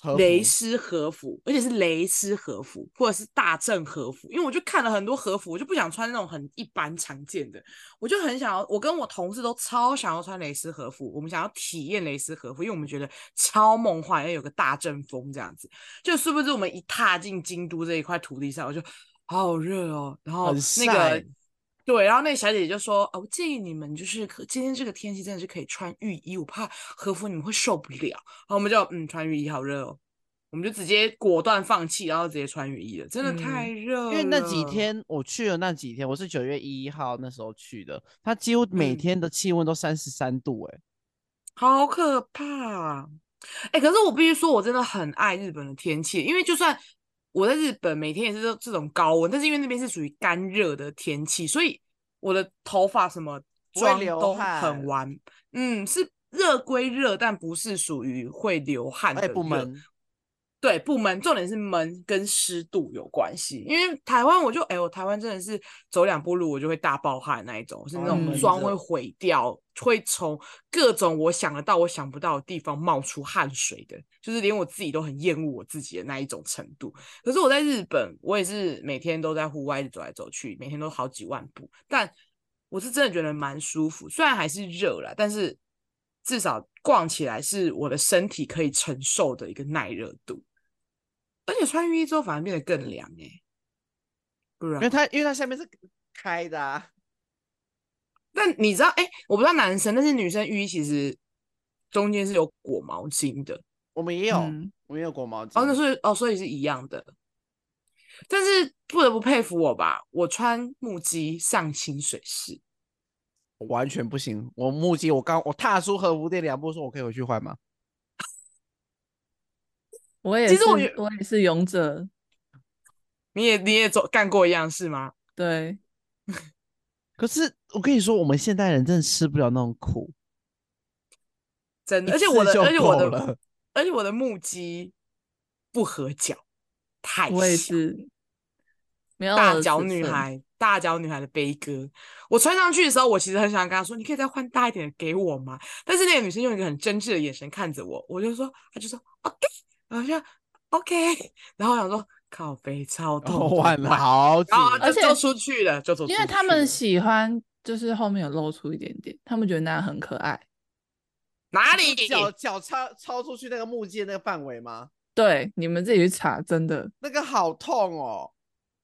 S3: 和
S1: 蕾
S3: 服
S1: 丝和服，而且是蕾丝和服或者是大正和服，因为我就看了很多和服，我就不想穿那种很一般常见的，我就很想要，我跟我同事都超想要穿蕾丝和服，我们想要体验蕾丝和服，因为我们觉得超梦幻，要有个大阵风这样子。就是不是我们一踏进京都这一块土地上，我就好热哦，然后
S3: 很
S1: 那个
S3: 晒。
S1: 对，然后那个小姐姐就说：“哦，我建议你们就是可今天这个天气真的是可以穿浴衣，我怕和服你们会受不了。”然后我们就嗯穿浴衣好热哦，我们就直接果断放弃，然后直接穿浴衣了，真的
S2: 嗯
S1: 太热了。
S3: 因为那几天我去了那几天，我是九月一号那时候去的，它几乎每
S1: 嗯
S3: 天的气温都三十三度、欸，
S1: 好可怕、哎、可是我必须说，我真的很爱日本的天气，因为就算我在日本每天也是这这种高温，但是因为那边是属于干热的天气，所以我的头发什么
S3: 不会
S1: 妆
S3: 流
S1: 都
S3: 汗
S1: 很完，嗯，是热归热，但不是属于会流汗
S3: 哎、
S1: 的
S3: 不
S1: 热
S3: 闷，
S1: 对，不闷，重点是闷跟湿度有关系。因为台湾我就哎、我台湾真的是走两步路我就会大爆汗那一种，是那
S3: 哦
S1: 种
S2: 闷
S1: 妆
S3: 着
S1: 会毁掉，会从各种我想得到我想不到的地方冒出汗水的，就是连我自己都很厌恶我自己的那一种程度。可是我在日本，我也是每天都在户外一直走来走去，每天都好几万步，但我是真的觉得蛮舒服，虽然还是热啦，但是至少逛起来是我的身体可以承受的一个耐热度。而且穿浴衣之后反而变得更凉哎、不
S3: 因
S1: 然
S3: 为它因为它下面是开的、啊，
S1: 那你知道哎、我不知道男生，但是女生浴衣其实中间是有裹毛巾的，
S3: 我们也有，
S2: 嗯
S3: 我们也有裹毛巾。
S1: 哦，那所以哦，所以是一样的。但是不得不佩服我吧，我穿木屐上清水寺，
S3: 我完全不行，我目击我刚我踏出和服店两步，说我可以回去换吗？
S2: 我也
S1: 其实我
S2: 是
S1: 原
S2: 我也是勇者，
S1: 你也你也走干过一样事吗？
S2: 对，
S3: 可是我跟你说，我们现代人真的吃不了那种苦，
S1: 真的，
S3: 一
S1: 而且我
S3: 次
S1: 的
S3: 就
S1: 而且我
S3: 够
S1: 的
S3: 了
S1: 而且我的木屐不合脚，太
S2: 我也
S1: 小，
S2: 是，没
S3: 嗯
S2: 有
S1: 大
S2: 的
S1: 脚
S2: 尺
S1: 女
S2: 寸，
S1: 孩，大脚女孩的悲歌。我穿上去的时候，我其实很想跟她说：“你可以再换大一点的给我吗？”但是那个女生用一个很真挚的眼神看着我，我就说，她就说 “OK”，然后就 “OK”，然后我想说靠背超痛
S3: 哦，
S1: 的，
S3: 晚了好久
S1: 然后
S2: 而
S1: 就
S2: 且
S1: 就出去了，就走出去
S2: 因
S1: 了。
S2: 为他们喜欢就是后面有露出一点点，他们觉得那样很可爱。
S1: 哪里
S3: 脚脚超超出去那个木界那个范围吗？
S2: 对，你们自己去查，真的。
S3: 那个好痛哦！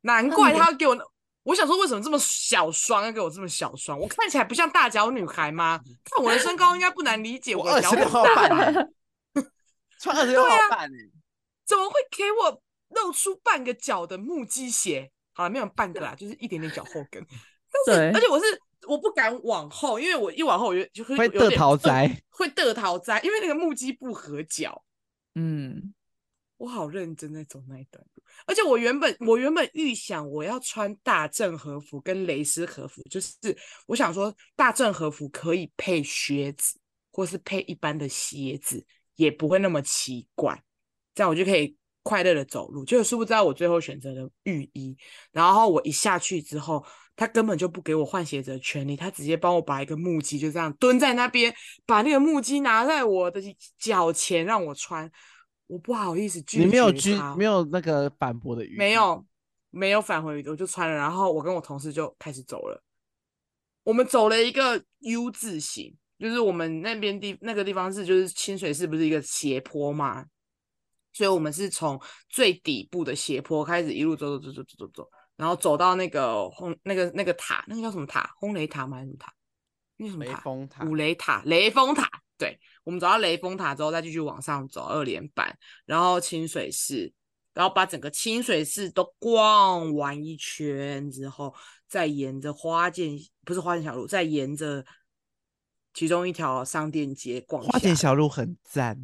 S1: 难怪
S2: 们
S1: 他要给我那，我想说为什么这么小双，要给我这么小双？我看起来不像大脚女孩吗？看我的身高应该不难理解，
S3: 我
S1: 哎我
S3: 二
S1: 的脚
S3: 十六
S1: 很
S3: 号
S1: 大，啊
S3: 半，穿二十六号半哎、
S1: 怎么会给我露出半个脚的木屐鞋？好了，没有半个啦，就是一点点脚后跟。但是
S2: 对
S1: 而且我是我不敢往后，因为我一往后我就就会
S3: 会
S1: 有
S3: 得
S1: 点
S3: 桃
S1: 呃
S3: 灾
S1: 会得桃灾，因为那个木屐不合脚。
S2: 嗯，
S1: 我好认真在走那一段路，而且我原本我原本预想我要穿大正和服跟蕾丝和服，就是我想说大正和服可以配靴子，或是配一般的鞋子，也不会那么奇怪，这样我就可以快乐的走路。结果殊不知道我最后选择了浴衣，然后我一下去之后，他根本就不给我换鞋子的权利，他直接帮我把一个木屐就这样蹲在那边，把那个木屐拿在我的脚前让我穿。我不好意思拒绝
S3: 你没有居
S1: 他
S3: 没有那个反驳的余地，
S1: 没有没有返回，我就穿了。然后我跟我同事就开始走了。我们走了一个 U 字形，就是我们那边地那个地方是就是清水寺不是一个斜坡嘛，所以我们是从最底部的斜坡开始一路走走走走走走走，然后走到那个轰那个那个塔，那个叫什么塔？轰雷塔吗？还是什么塔？那叫什么
S3: 雷
S1: 塔？
S3: 峰塔
S1: 五雷塔、雷峰塔。对，我们走到雷峰塔之后，再继续往上走二连板，然后清水寺，然后把整个清水寺都逛完一圈之后，再沿着花见不是花见小路，再沿着其中一条商店街逛
S3: 花
S1: 下
S3: 田小路很赞，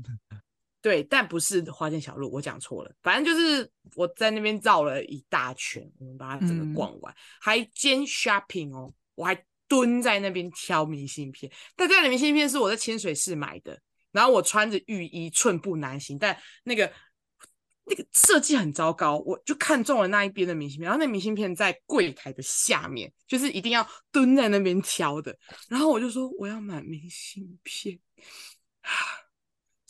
S1: 对，但不是花间小路，我讲错了。反正就是我在那边绕了一大圈，我们把它整
S2: 嗯
S1: 个逛完，还兼 shopping 哦，我还蹲在那边挑明信片。但这样的明信片是我在清水市买的，然后我穿着浴衣寸步难行，但那个那个设计很糟糕，我就看中了那一边的明信片，然后那明信片在柜台的下面，就是一定要蹲在那边挑的。然后我就说我要买明信片。啊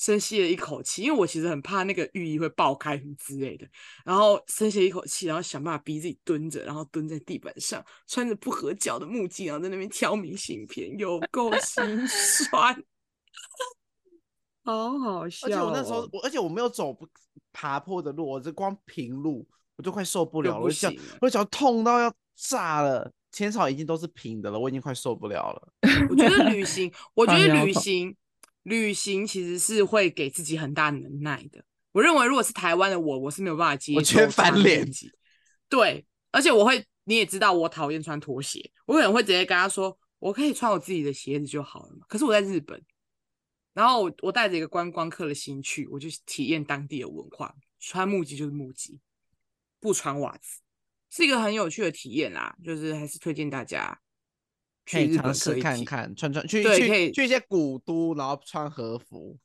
S1: 深吸了一口气，因为我其实很怕那个浴衣会爆开什么之类的。然后深吸了一口气，然后想办法逼自己蹲着，然后蹲在地板上，穿着不合脚的木屐，然后在那边挑明信片，有够 心酸， 好好笑、
S3: 而且我那时候，
S1: 哦
S3: 我而且我没有走不爬坡的路，我只光平路我就快受不
S1: 就
S3: 了了，
S1: 不
S3: 我脚
S1: 行了
S3: 我脚痛到要炸了，前草已经都是平的了，我已经快受不了了。
S1: 我觉得旅行，我觉
S2: 放
S1: 得
S2: 尿
S1: 旅
S2: 桶
S1: 行，旅行其实是会给自己很大能耐的。我认为如果是台湾的我，我是没有办法接受
S3: 我觉得翻
S1: 这样的
S3: 脸
S1: 年纪。对，而且我会，你也知道，我讨厌穿拖鞋，我可能会直接跟他说，我可以穿我自己的鞋子就好了嘛。可是我在日本，然后我我带着一个观光客的心去，我就体验当地的文化，穿木屐就是木屐，不穿袜子，是一个很有趣的体验啦，就是还是推荐大家。
S3: 可
S1: 去
S3: 以
S1: 日
S3: 尝
S1: 本可
S3: 试
S1: 以
S3: 看
S1: 体
S3: 看，穿穿去
S1: 对可
S3: 去
S1: 以
S3: 去一些古都，然后穿和服，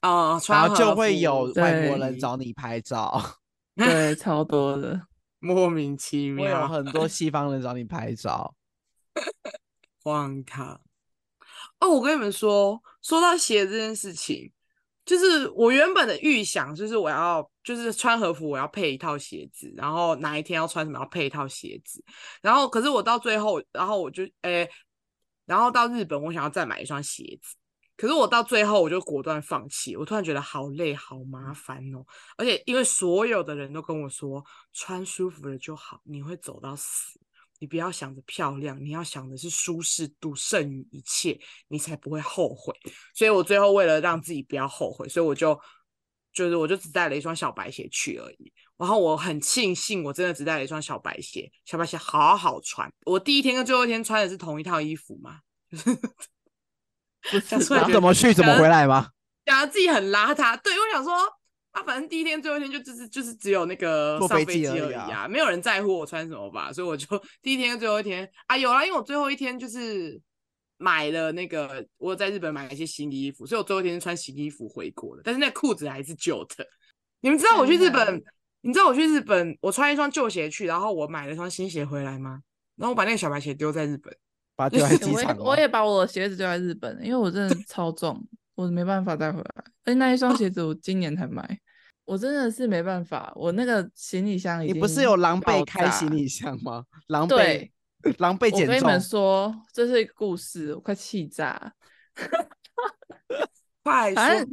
S1: 啊、穿
S3: 然后就
S1: 和
S3: 会
S1: 服
S3: 有外国
S2: 对
S3: 人找你拍照，
S2: 对，超多的。
S1: 莫名其
S3: 会有
S1: 妙
S3: 很多西方人找你拍照。
S1: 荒唐。哦，我跟你们说，说到鞋这件事情，就是我原本的预想就是我要就是穿和服，我要配一套鞋子，然后哪一天要穿什么要配一套鞋子，然后可是我到最后，然后我就诶、然后到日本我想要再买一双鞋子，可是我到最后我就果断放弃，我突然觉得好累好麻烦哦，而且因为所有的人都跟我说穿舒服了就好，你会走到死。你不要想着漂亮，你要想的是舒适度胜于一切，你才不会后悔。所以我最后为了让自己不要后悔，所以我就就是我就只带了一双小白鞋去而已。然后我很庆幸，我真的只带了一双小白鞋，小白鞋好好穿。我第一天跟最后一天穿的是同一套衣服嘛，讲出
S2: 不是
S1: 来
S2: 吧
S3: 怎
S1: 觉得
S3: 么去怎么
S1: 可
S3: 回来吗？
S1: 讲得自己很邋遢。对，我想说啊，反正第一天、最后一天就就是就是只有那个
S3: 坐
S1: 上
S3: 飞
S1: 飞
S3: 机
S1: 机
S3: 而已
S1: 而已
S3: 啊
S1: 啊，没有人在乎我穿什么吧，所以我就第一天跟最后一天啊有啦，因为我最后一天就是买了那个我有在日本买了一些新衣服，所以我最后一天是穿新衣服回国的，但是那裤子还是旧的。你们知道我去日
S2: 天哪
S1: 本，你知道我去日本，我穿一双旧鞋去，然后我买了一双新鞋回来吗？然后我把那个小白鞋丢在日本，
S3: 把它丢在
S2: 欸
S3: 机
S2: 我也
S3: 场吗
S2: 我也把我的鞋子丢在日本，因为我真的超重，我没办法带回来。而且那一
S3: 哦
S2: 双鞋子我今年才买，我真的是没办法，我那个行李箱已
S3: 你
S2: 经
S3: 不是有狼狈
S2: 爆
S3: 开行
S2: 炸
S3: 李箱吗？狼狈
S2: 对，
S3: 狼狈
S2: 我
S3: 减
S2: 跟你们
S3: 重，
S2: 说，这是一个故事，我快气炸。
S1: 快
S2: 反
S1: 说
S2: 正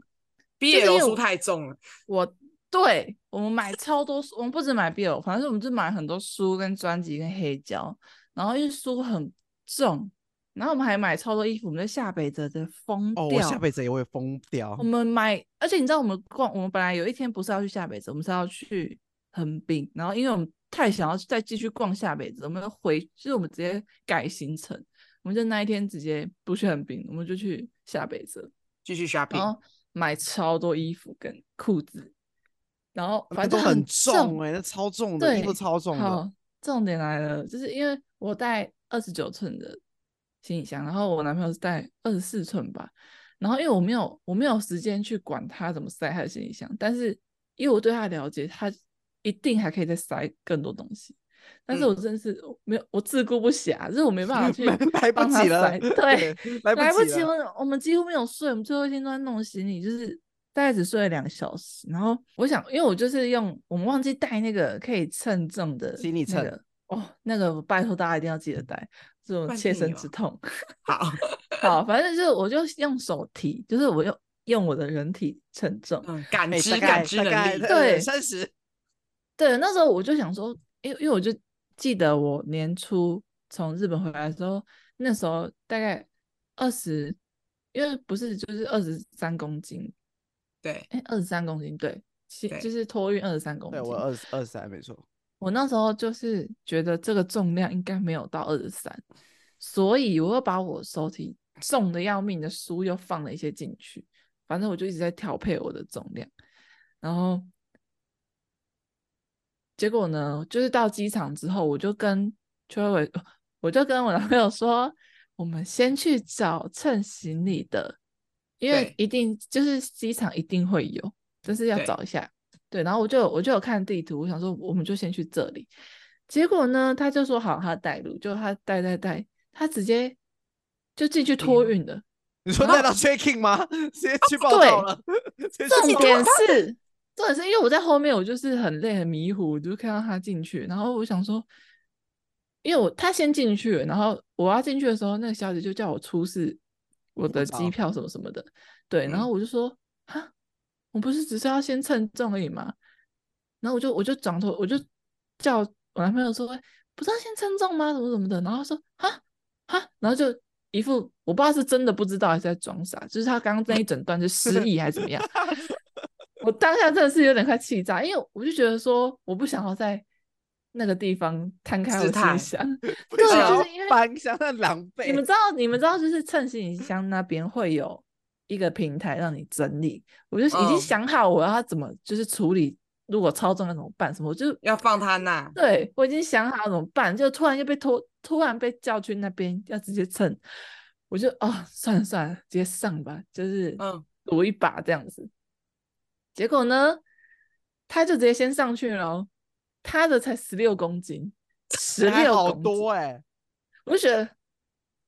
S2: 就是因为
S1: BL 书
S2: 我
S1: 太重了，
S2: 我对我们买超多书，我们不止买 BL，反正我们就买很多书、跟专辑、跟黑胶。然后因为书很重，然后我们还买超多衣服，我们就下北泽的疯
S3: 哦，
S2: 掉。
S3: 我下辈子也会疯掉
S2: 我。们买，而且你知道我们逛，我们本来有一天不是要去下北泽，我们是要去横滨，然后因为我们太想要再继续逛下北泽，我们就回就是我们直接改行程，我们就那一天直接不去横滨，我们就去下北泽，
S1: 继续
S2: 然
S1: shopping。
S2: 后买超多衣服跟裤子，然后
S3: 哦那
S2: 反
S3: 都
S2: 正
S3: 很
S2: 重
S3: 哎、那超重的，
S2: 对，
S3: 衣服超重的。
S2: 好，重点来了，就是因为我带二十九寸的行李箱，然后我男朋友是带二十四寸吧，然后因为我没有我没有时间去管他怎么塞他的行李箱，但是因为我对他了解，他一定还可以再塞更多东西。但是
S1: 嗯
S2: 我真的是我没有，我自顾不暇，就是我没 办法去
S3: 来来不
S2: 帮他
S3: 及了
S2: 塞对，
S3: 来
S2: 来
S3: 不
S2: 及
S3: 了。
S2: 我我们几乎没有睡，我们最后一天都在弄行李，就是大概只睡了两个小时。然后我想，因为我就是用我们忘记带那个可以称重的
S3: 行李
S2: 那
S3: 秤
S2: 个哦，那个拜托大家一定要记得带，这种
S1: 惯
S2: 切
S1: 例
S2: 身
S1: 哦
S2: 之痛。
S1: 好，
S2: 好，反正就是我就用手提，就是我用用我的人体称重。
S1: 嗯，感
S3: 哎
S1: 知感知能力，
S2: 对
S3: 三十
S2: 对，那时候我就想说，因为因为我就记得我年初从日本回来的时候，那时候大概二十，因为不是就是二十三公斤，
S1: 对，
S2: 哎，二十三公斤，对，其
S1: 对
S2: 就是托运二十三公斤。
S3: 对我二十二三没错。
S2: 我那时候就是觉得这个重量应该没有到二十三，所以我又把我手提重的要命的书又放了一些进去，反正我就一直在调配我的重量，然后结果呢，就是到机场之后，我就跟邱伟， 我就跟我男朋友说，我们先去找称行李的，因为
S1: 对
S2: 一定就是机场一定会有，但是要
S1: 对
S2: 找一下。对，然后我就有我就有看地图，我想说我们就先去这里。结果呢，他就说好，他带路，就他带带带，他直接就进去托运了。
S3: 你说
S2: 然
S3: 带
S2: 后
S3: 到 checking 吗？直接去报道了。直接去
S2: 重
S3: 报
S2: 点
S3: 道
S2: 是，重点是因为我在后面，我就是很累很迷糊，我就看到他进去，然后我想说，因为我他先进去了，然后我要进去的时候，那个小姐就叫我出示我的
S3: 照
S2: 机票什么什么的，对，然
S1: 嗯
S2: 后我就说啊，我不是只是要先称重而已吗？然后我就我就转头，我就叫我男朋友说，哎不是要先称重吗？什么什么的，然后他说啊啊，然后就。一副我不知道是真的不知道还是在装傻，就是他刚刚那一整段就失忆还是怎么样， 我当下真的是有点快气炸，因为我就觉得说，我不想要在那个地方摊开我
S1: 姿
S2: 的行
S1: 态
S2: 李箱。
S3: 不
S2: 对
S3: 想要
S2: 就是因为
S3: 翻箱，那狼狈。
S2: 你们知道，你们知道，就是称行李箱那边会有一个平台让你整理。我就已经
S1: 嗯
S2: 想好我要怎么就是处理，如果超重要怎么办什么，我就
S1: 要放他那，
S2: 对我已经想好怎么办，就突然又被拖，突然被叫去那边要直接称，我就哦算了算了，直接上吧，就是
S1: 嗯
S2: 赌一把这样子。结果呢，他就直接先上去了哦，他的才十六公斤，十
S3: 还
S2: 六
S3: 好
S2: 公斤，
S3: 多哎、欸，
S2: 我就觉得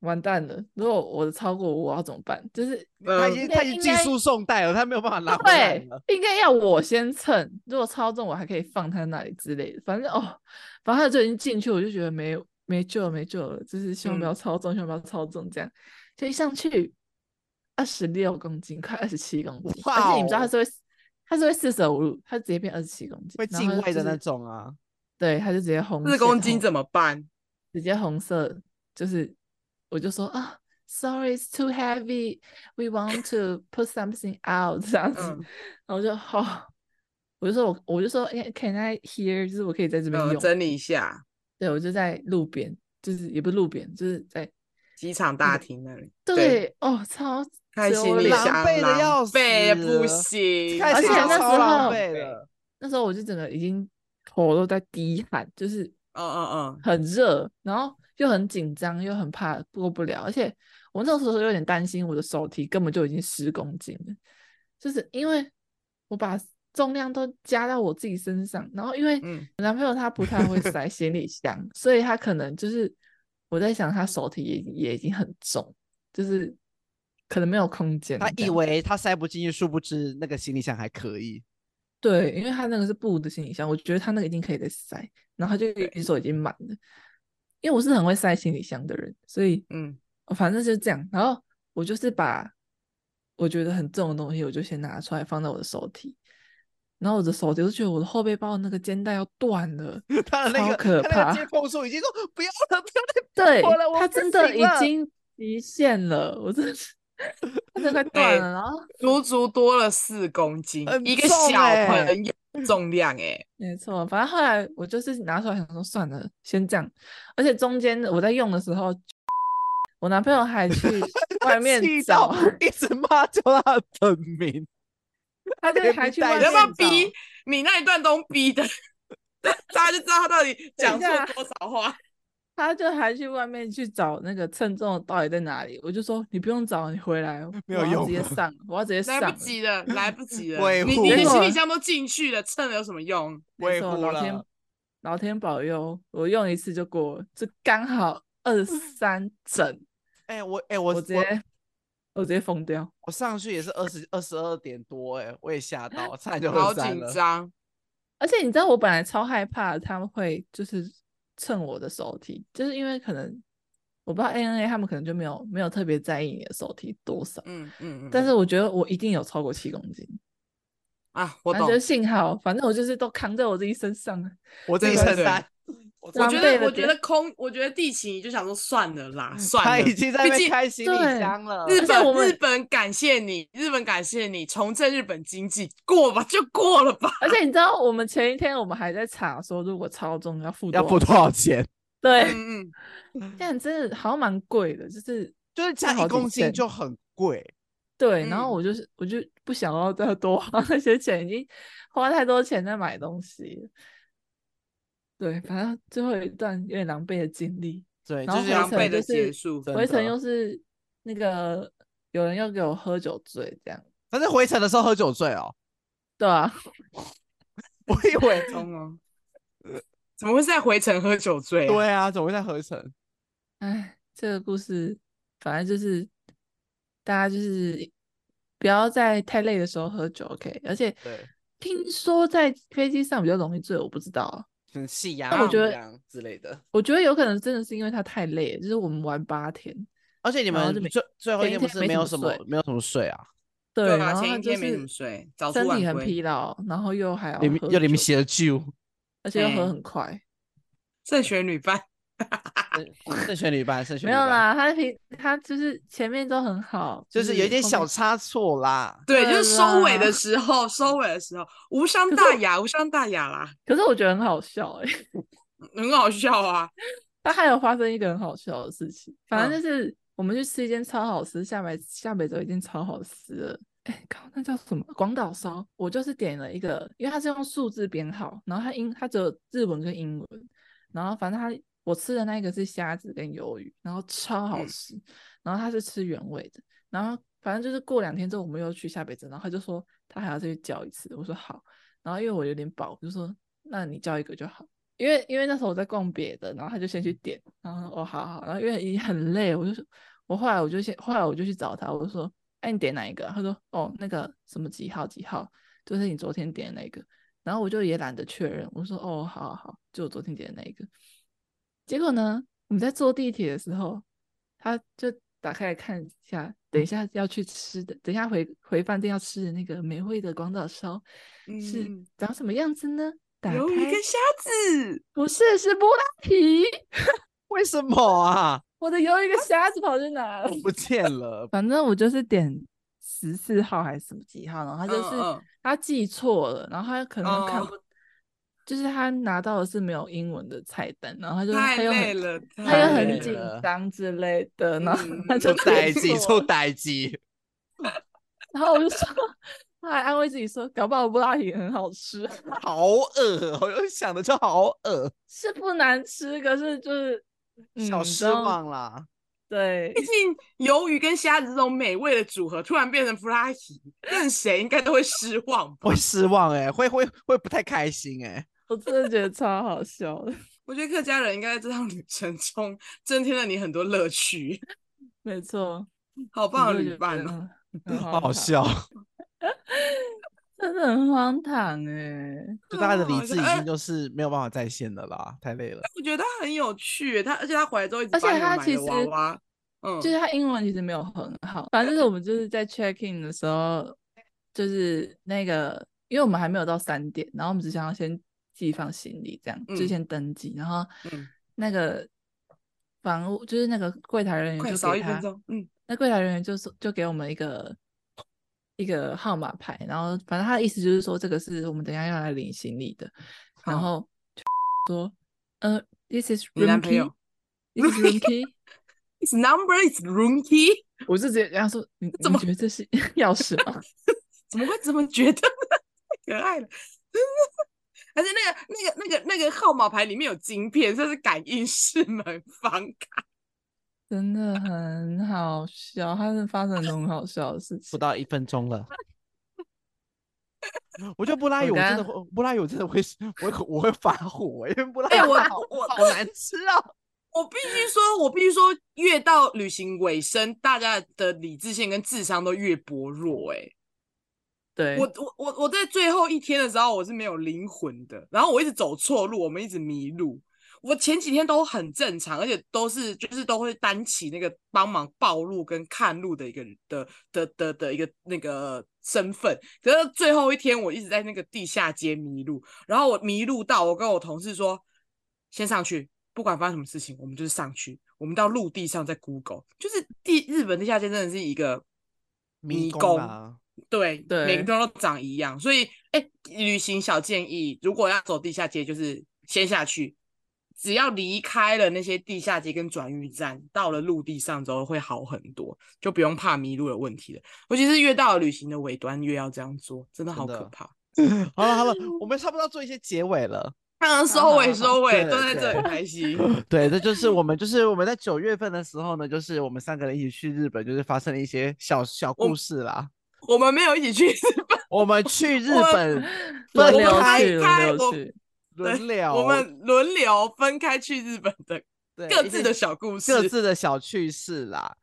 S2: 完蛋了，如果我的超过我要怎么办？就是
S3: 他
S1: 呃
S3: 已，经
S2: 应
S3: 他
S2: 该
S3: 已经
S2: 应
S3: 技
S2: 该
S3: 术送带了，他没有办法拉回来
S2: 对
S3: 了。，
S2: 应该要我先称，如果超重我还可以放他那里之类的。反正哦，反正他就已经进去，我就觉得没没救了，没救了，就是希望不要
S1: 嗯
S2: 超重，希望不要超重这样。就一上去，二十六公斤，快二十七公斤，而且你们知道
S3: 哇
S2: 他
S3: 哦
S2: 是会，他是会四舍五入，他直接变二十七公斤，
S3: 会
S2: 然
S3: 进
S2: 后
S3: 位
S2: 就
S3: 的那
S2: 是
S3: 种啊，
S2: 对，他就直接红
S1: 四
S2: 线
S3: 哦
S1: 公斤
S2: 红
S1: 怎么 办？
S2: 直接红色，就是我就说啊，sorry it's too heavy, we want to put something out 这样子，
S1: 嗯
S2: 然后就好、我就说我我就说哎，can I here？就是我可以嗯在这边
S1: 呃，
S2: 用，
S1: 整理一下
S2: 对我就在路边，就是也不是路边，就是在
S1: 机场
S3: 嗯
S1: 大厅那里，
S2: 对
S1: 对
S2: 哦，超
S1: 开
S2: 折
S1: 行
S2: 我
S1: 李
S2: 脸
S1: 箱
S3: 狼狈得要
S1: 狼狈不
S3: 死
S1: 行，
S3: 看
S2: 而
S3: 起
S2: 且
S3: 来
S2: 那时
S3: 超狼
S2: 候
S3: 狈的，
S2: 那时候我就整个已经头都在滴汗，就是
S1: 嗯嗯
S2: 很热，然后又很紧张，又很怕过不了，而且我那时候有点担心我的手提根本就已经十公斤了，就是因为我把重量都加到我自己身上。然后因为
S1: 嗯
S2: 我男朋友他不太会塞行李箱，所以他可能就是我在想，他手提也也已经很重，就是可能没有空间这
S3: 他
S2: 样。
S3: 以为他塞不进去，殊不知那个行李箱还可以。
S2: 对，因为他那个是布的行李箱，我觉得他那个已经可以再塞，然后他就一手已经满了。因为我是很会塞行李箱的人，所以
S1: 嗯，
S2: 哦反正就是这样。然后我就是把我觉得很重的东西，我就先拿出来放在我的手提，然后我的手提我就觉得我的后背包的那个肩带要断了，
S3: 他的那
S2: 超
S3: 个
S2: 可
S3: 他那
S2: 怕
S3: 个接碰数已经说不要了，不要再
S2: 对
S3: 我了我
S2: 它
S3: 不
S2: 真的
S3: 行
S2: 已
S3: 了
S2: 经极限了，我真的是它真 的快
S1: 哎
S2: 断了。然后
S1: 足足多了四公斤，
S3: 很
S1: 一个
S3: 重
S1: 小
S3: 欸
S1: 朋友的重量哎、
S2: 没错，反正后来我就是拿出来想说算了，先这样。而且中间我在用的时候，我男朋友还去 外面
S3: 气
S2: 找
S3: 到，一直骂叫他的本名，
S2: 他就
S3: 别
S2: 还去
S3: 带
S2: 外
S1: 你
S2: 面
S1: 要不要
S2: 找
S1: 逼？你那一段都逼的， 大家就知道他到底讲
S2: 等一下
S1: 错多少话。
S2: 他就还去外面去找那个称重的到底在哪里。我就说你不用找，你回来，
S3: 没有
S2: 我要
S3: 用
S2: 直接
S3: 了
S2: 上，我要直接 上
S1: 来
S2: 了。
S1: 不及了，来不及了！
S3: 维
S1: 你
S3: 护
S1: 你你
S2: 结
S1: 行
S2: 果
S1: 李箱都进去了，称了有什么用？
S2: 没
S3: 维
S2: 错
S3: 护
S2: 老天
S3: 了。
S2: 老天保佑，我用一次就过了，就刚好 二三整，
S3: 哎、我哎、我
S2: 我直接我直接疯掉。
S3: 我上去也是二十二十二点多、哎，我也吓到， 我差 点就
S1: 好
S3: 二三
S1: 紧
S3: 了。
S1: 张，
S2: 而且你知道，我本来超害怕他们会就是蹭我的手提，就是因为可能我不知道 ANA 他们可能就没有没有特别在意你的手提多少，
S1: 嗯嗯嗯。
S2: 但是我觉得我一定有超过七公斤。
S1: 啊，我
S2: 反
S1: 懂
S2: 正就，是幸好，反正我就是都扛在我自己身上了。
S3: 我自己
S1: 对对
S3: 承
S1: 对
S3: 担。我
S1: 我
S2: 狼
S1: 觉
S2: 狈
S1: 得
S2: 了
S1: 我觉
S2: 点
S1: 得空，我觉得地勤就想说算了啦，算了。
S3: 他已经在那
S1: 毕
S3: 边
S1: 竟
S3: 开行李
S2: 对
S3: 箱了。
S1: 日
S2: 且
S1: 本
S2: 我们
S1: 日本感谢你，日本感谢你，重振日本经济，过吧就过了吧。
S2: 而且你知道，我们前一天我们还在查说，如果超重要付
S3: 要
S2: 多
S3: 付
S2: 少
S3: 多少钱？
S2: 对，
S1: 嗯嗯，
S2: 但真的好像蛮贵的， 就是
S3: 就是
S2: 这
S3: 加
S2: 好
S3: 一
S2: 几
S3: 公斤
S2: 千
S3: 就很贵。
S2: 对，然后
S1: 嗯
S2: 我就是我就不想要再多花那些钱，已经花太多钱在买东西了。对，反正最后一段有点狼狈的经历，
S3: 对，
S2: 然
S3: 就
S2: 后
S3: 是
S2: 回
S3: 要
S1: 狼
S2: 程
S1: 狈
S3: 被
S1: 的
S2: 就
S1: 结
S2: 是
S1: 束。，
S3: 真
S2: 回程
S3: 的
S2: 又是那个有人要给我喝酒醉这样，
S3: 反正回程的时候喝酒醉哦。
S2: 对啊，
S3: 我以 为
S1: 中哦，怎么会是在回程喝酒醉、啊？
S3: 对啊，怎么会在合成？
S2: 哎，这个故事反正就是大家就是不要在太累的时候喝酒，OK？而且
S3: 对
S2: 听说在飞机上比较容易醉，我不知道啊。
S3: 很夕阳、
S1: 但我
S2: 觉得
S3: 阳之类的。
S2: 我觉得有可能真的是因为他太累了，就是我们玩八天，
S3: 而且你
S2: 然后
S3: 们
S2: 就没
S3: 最最后一
S2: 前一
S3: 天不
S2: 天
S3: 是没
S2: 没怎
S3: 有
S2: 么
S3: 什么
S2: 睡
S3: 没有什么睡啊？
S2: 对，
S1: 啊，
S2: 然后
S1: 前
S2: 他
S1: 一
S2: 就
S1: 天没怎
S2: 是
S1: 么睡，早出
S2: 身
S1: 晚
S2: 体很
S1: 归
S2: 疲劳，然后又还要
S3: 你们
S2: 喝
S3: 又你们
S2: 酒
S3: 写了酒，
S2: 而且又喝
S1: 哎
S2: 很快。
S1: 正选女伴，
S3: 慎选旅伴，慎选
S2: 没
S3: 旅
S2: 有
S3: 伴，
S2: 啦，他平他就是前面都很好，
S3: 就是有一点
S2: 后
S3: 小
S2: 面
S3: 差错啦。
S1: 对，就
S2: 对
S1: 是收尾的
S2: 啦
S1: 时候，收尾的时候无伤大雅，无伤大雅啦，
S2: 可是我觉得很好笑哎、欸，
S1: 很好笑啊。
S2: 他还有发生一个很好笑的事情，反正
S1: 嗯
S2: 就是我们去吃一间超好吃，下北下北泽一间超好吃的，哎、靠，那叫什么广岛烧？我就是点了一个，因为它是用数字编号，然后它英它只有日文跟英文，然后反正它我吃的那一个是虾子跟鱿鱼，然后超好
S1: 嗯
S2: 吃，然后它是吃原味的，然后反正就是过两天之后我们又去下北泽，然后他就说他还要再去叫一次，我说好，然后因为我有点饱，我就说那你叫一个就好，因为因为那时候我在逛别的，然后他就先去点，然后说哦好好，然后因为已经很累，我就说我后来我就先后来我就去找他，我就说哎你点哪一个啊？他说哦那个什么几号几号，就是你昨天点的那个，然后我就也懒得确认，我说哦好好好，就我昨天点的那一个，结果呢我们在坐地铁的时候，他就打开来看一下，等一下要去吃的，等一下回回饭店要吃的那个美味的广岛烧是
S1: 嗯
S2: 长什么样子呢？打开
S1: 鱿鱼跟虾子，
S2: 不是是布拉提，
S3: 为什么啊？
S2: 我的鱿鱼跟虾子跑去哪了？，
S3: 不见了
S2: 反正我就是点十四号还是什么几号，然后他啊就是、
S1: 嗯嗯
S2: 他记错了，然后他可能又看
S1: 哦
S2: 不，就是他拿到的是没有英文的菜单，然后他就
S1: 太
S2: 他又
S1: 累
S2: 很
S1: 了，
S2: 他又
S3: 太
S2: 很
S3: 累
S2: 紧
S3: 了
S2: 张之类的，然后
S1: 嗯
S2: 他
S3: 出
S2: 就
S3: 代
S2: 呆
S3: 机，出代机。
S2: 然后我就说， 他还安慰自己说，搞不好布拉提很好吃，
S3: 好恶，我又想的就好恶，
S2: 是不难吃，可是就是、嗯、
S3: 小
S2: 你知
S3: 失
S2: 道
S3: 望啦。
S2: 对
S1: 毕，竟鱿鱼跟虾子这种美味的组合，突然变成弗拉提，任谁应该都会失望吧
S3: 会？失望哎、会会会不太开心哎、
S2: 我真的觉得超好笑的，
S1: 我觉得客家人应该在这趟旅程中增添了你很多乐趣，
S2: 没错，
S1: 好
S2: 我
S1: 棒的
S2: 就
S1: 旅
S2: 觉
S1: 伴
S2: 得
S1: 哦！
S2: 嗯很
S3: 好
S2: 荒
S3: 好
S2: 唐
S3: 笑，
S2: 真的很荒唐哎、
S1: 嗯
S3: 就大家的
S1: 很好
S3: 理智
S1: 笑
S3: 已
S1: 哎
S3: 经就是没有办法在线的啦，太累了。
S1: 我觉得他很有趣，他而且他回来之后一直
S2: 而且
S1: 把你
S2: 他
S1: 买
S2: 其
S1: 的娃
S2: 实
S1: 娃，嗯，
S2: 就是他英文其实没有很好，反正就是我们就是在 check in 的时候，就是那个，因为我们还没有到三点，然后我们只想要先寄放行李，这样就
S1: 嗯
S2: 先登记，然后
S1: 嗯
S2: 那个房务就是那个柜台人员
S1: 快
S2: 就
S1: 点少
S2: 给
S1: 一分
S2: 他，
S1: 钟，嗯，
S2: 那柜台人员就说就给我们一个一个号码牌，然后反正他的意思就是说这个是我们等一下要来领行李的，然
S1: 好
S2: 后就说呃，this is
S1: 你男
S2: room
S1: 朋
S2: key，this
S1: 友
S2: is room key。
S1: ，Its number is room key，
S2: 我就直接跟他说：“你
S1: 怎
S2: 你
S1: 么
S2: 觉得这是钥匙吗
S1: 怎么会这么觉得呢？太可爱了，而且那个那个那个那个号码牌里面有晶片，这是感应式门房卡，？”
S2: 真的很好笑，他是发生很多很好笑的事
S3: 不
S2: 情。
S3: 到一分钟了。我觉得布拉
S2: 我
S3: 语我真
S2: 刚
S3: 的会，布拉语我真的会， 我会我会发火，欸因为布拉
S1: 哎
S3: 语
S1: 我
S3: 好
S1: 我
S3: 好难吃哦。
S1: 我必须说，我必须说，越到旅行尾声，大家的理智线跟智商都越薄弱、欸。
S2: 对，
S1: 我我我我在最后一天的时候，我是没有灵魂的，然后我一直走错路，我们一直迷路。我前几天都很正常，而且都是就是都会担起那个帮忙报路跟看路的一个的的的的一个那个身份。可是最后一天，我一直在那个地下街迷路，然后我迷路到我跟我同事说，先上去，不管发生什么事情，我们就是上去，我们到陆地上再 Google。就是地日本地下街真的是一个迷宫
S3: 啊，
S1: 对，每
S2: 对
S1: 个地方都长一样，所以哎、旅行小建议，如果要走地下街，就是先下去，只要离开了那些地下街跟转运站，到了陆地上之后会好很多，就不用怕迷路的问题了。尤其是越到了旅行的尾端，越要这样做，真的
S3: 真
S1: 好可
S3: 的
S1: 怕。
S3: 好了好了， 我们差不多要做一些结尾 了。
S1: 嗯，收尾
S2: 好好
S1: 收尾，
S3: 对
S1: 都在这
S3: 对
S1: 里开心。
S3: 对，这就是我们，就是我们在九月份的时候呢，就是我们三个人一起去日本，就是发生了一些小小
S1: 我
S3: 故事啦。
S1: 我们没有一 起去日本，
S3: 我们去日
S1: 我
S3: 本
S2: 轮
S3: 分
S2: 流
S3: 开
S2: 去，轮
S1: 开
S2: 流
S1: 我
S2: 去，
S3: 轮流，
S1: 我们轮流分开去日本的
S3: 对
S1: 各
S3: 一
S1: 自
S3: 些
S1: 的小故事，
S3: 各自的小趣事 啦。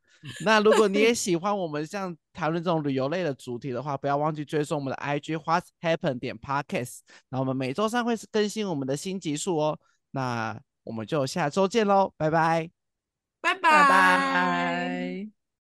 S3: 那如果你也喜欢我们像谈论这种旅游类的主题的话，不要忘记追踪我们的 IG What's Happen 点 Podcast。那我们每周三会更新我们的新集数哦。那我们就下周见喽，拜拜。
S1: 拜
S2: 拜
S1: 拜
S2: 拜。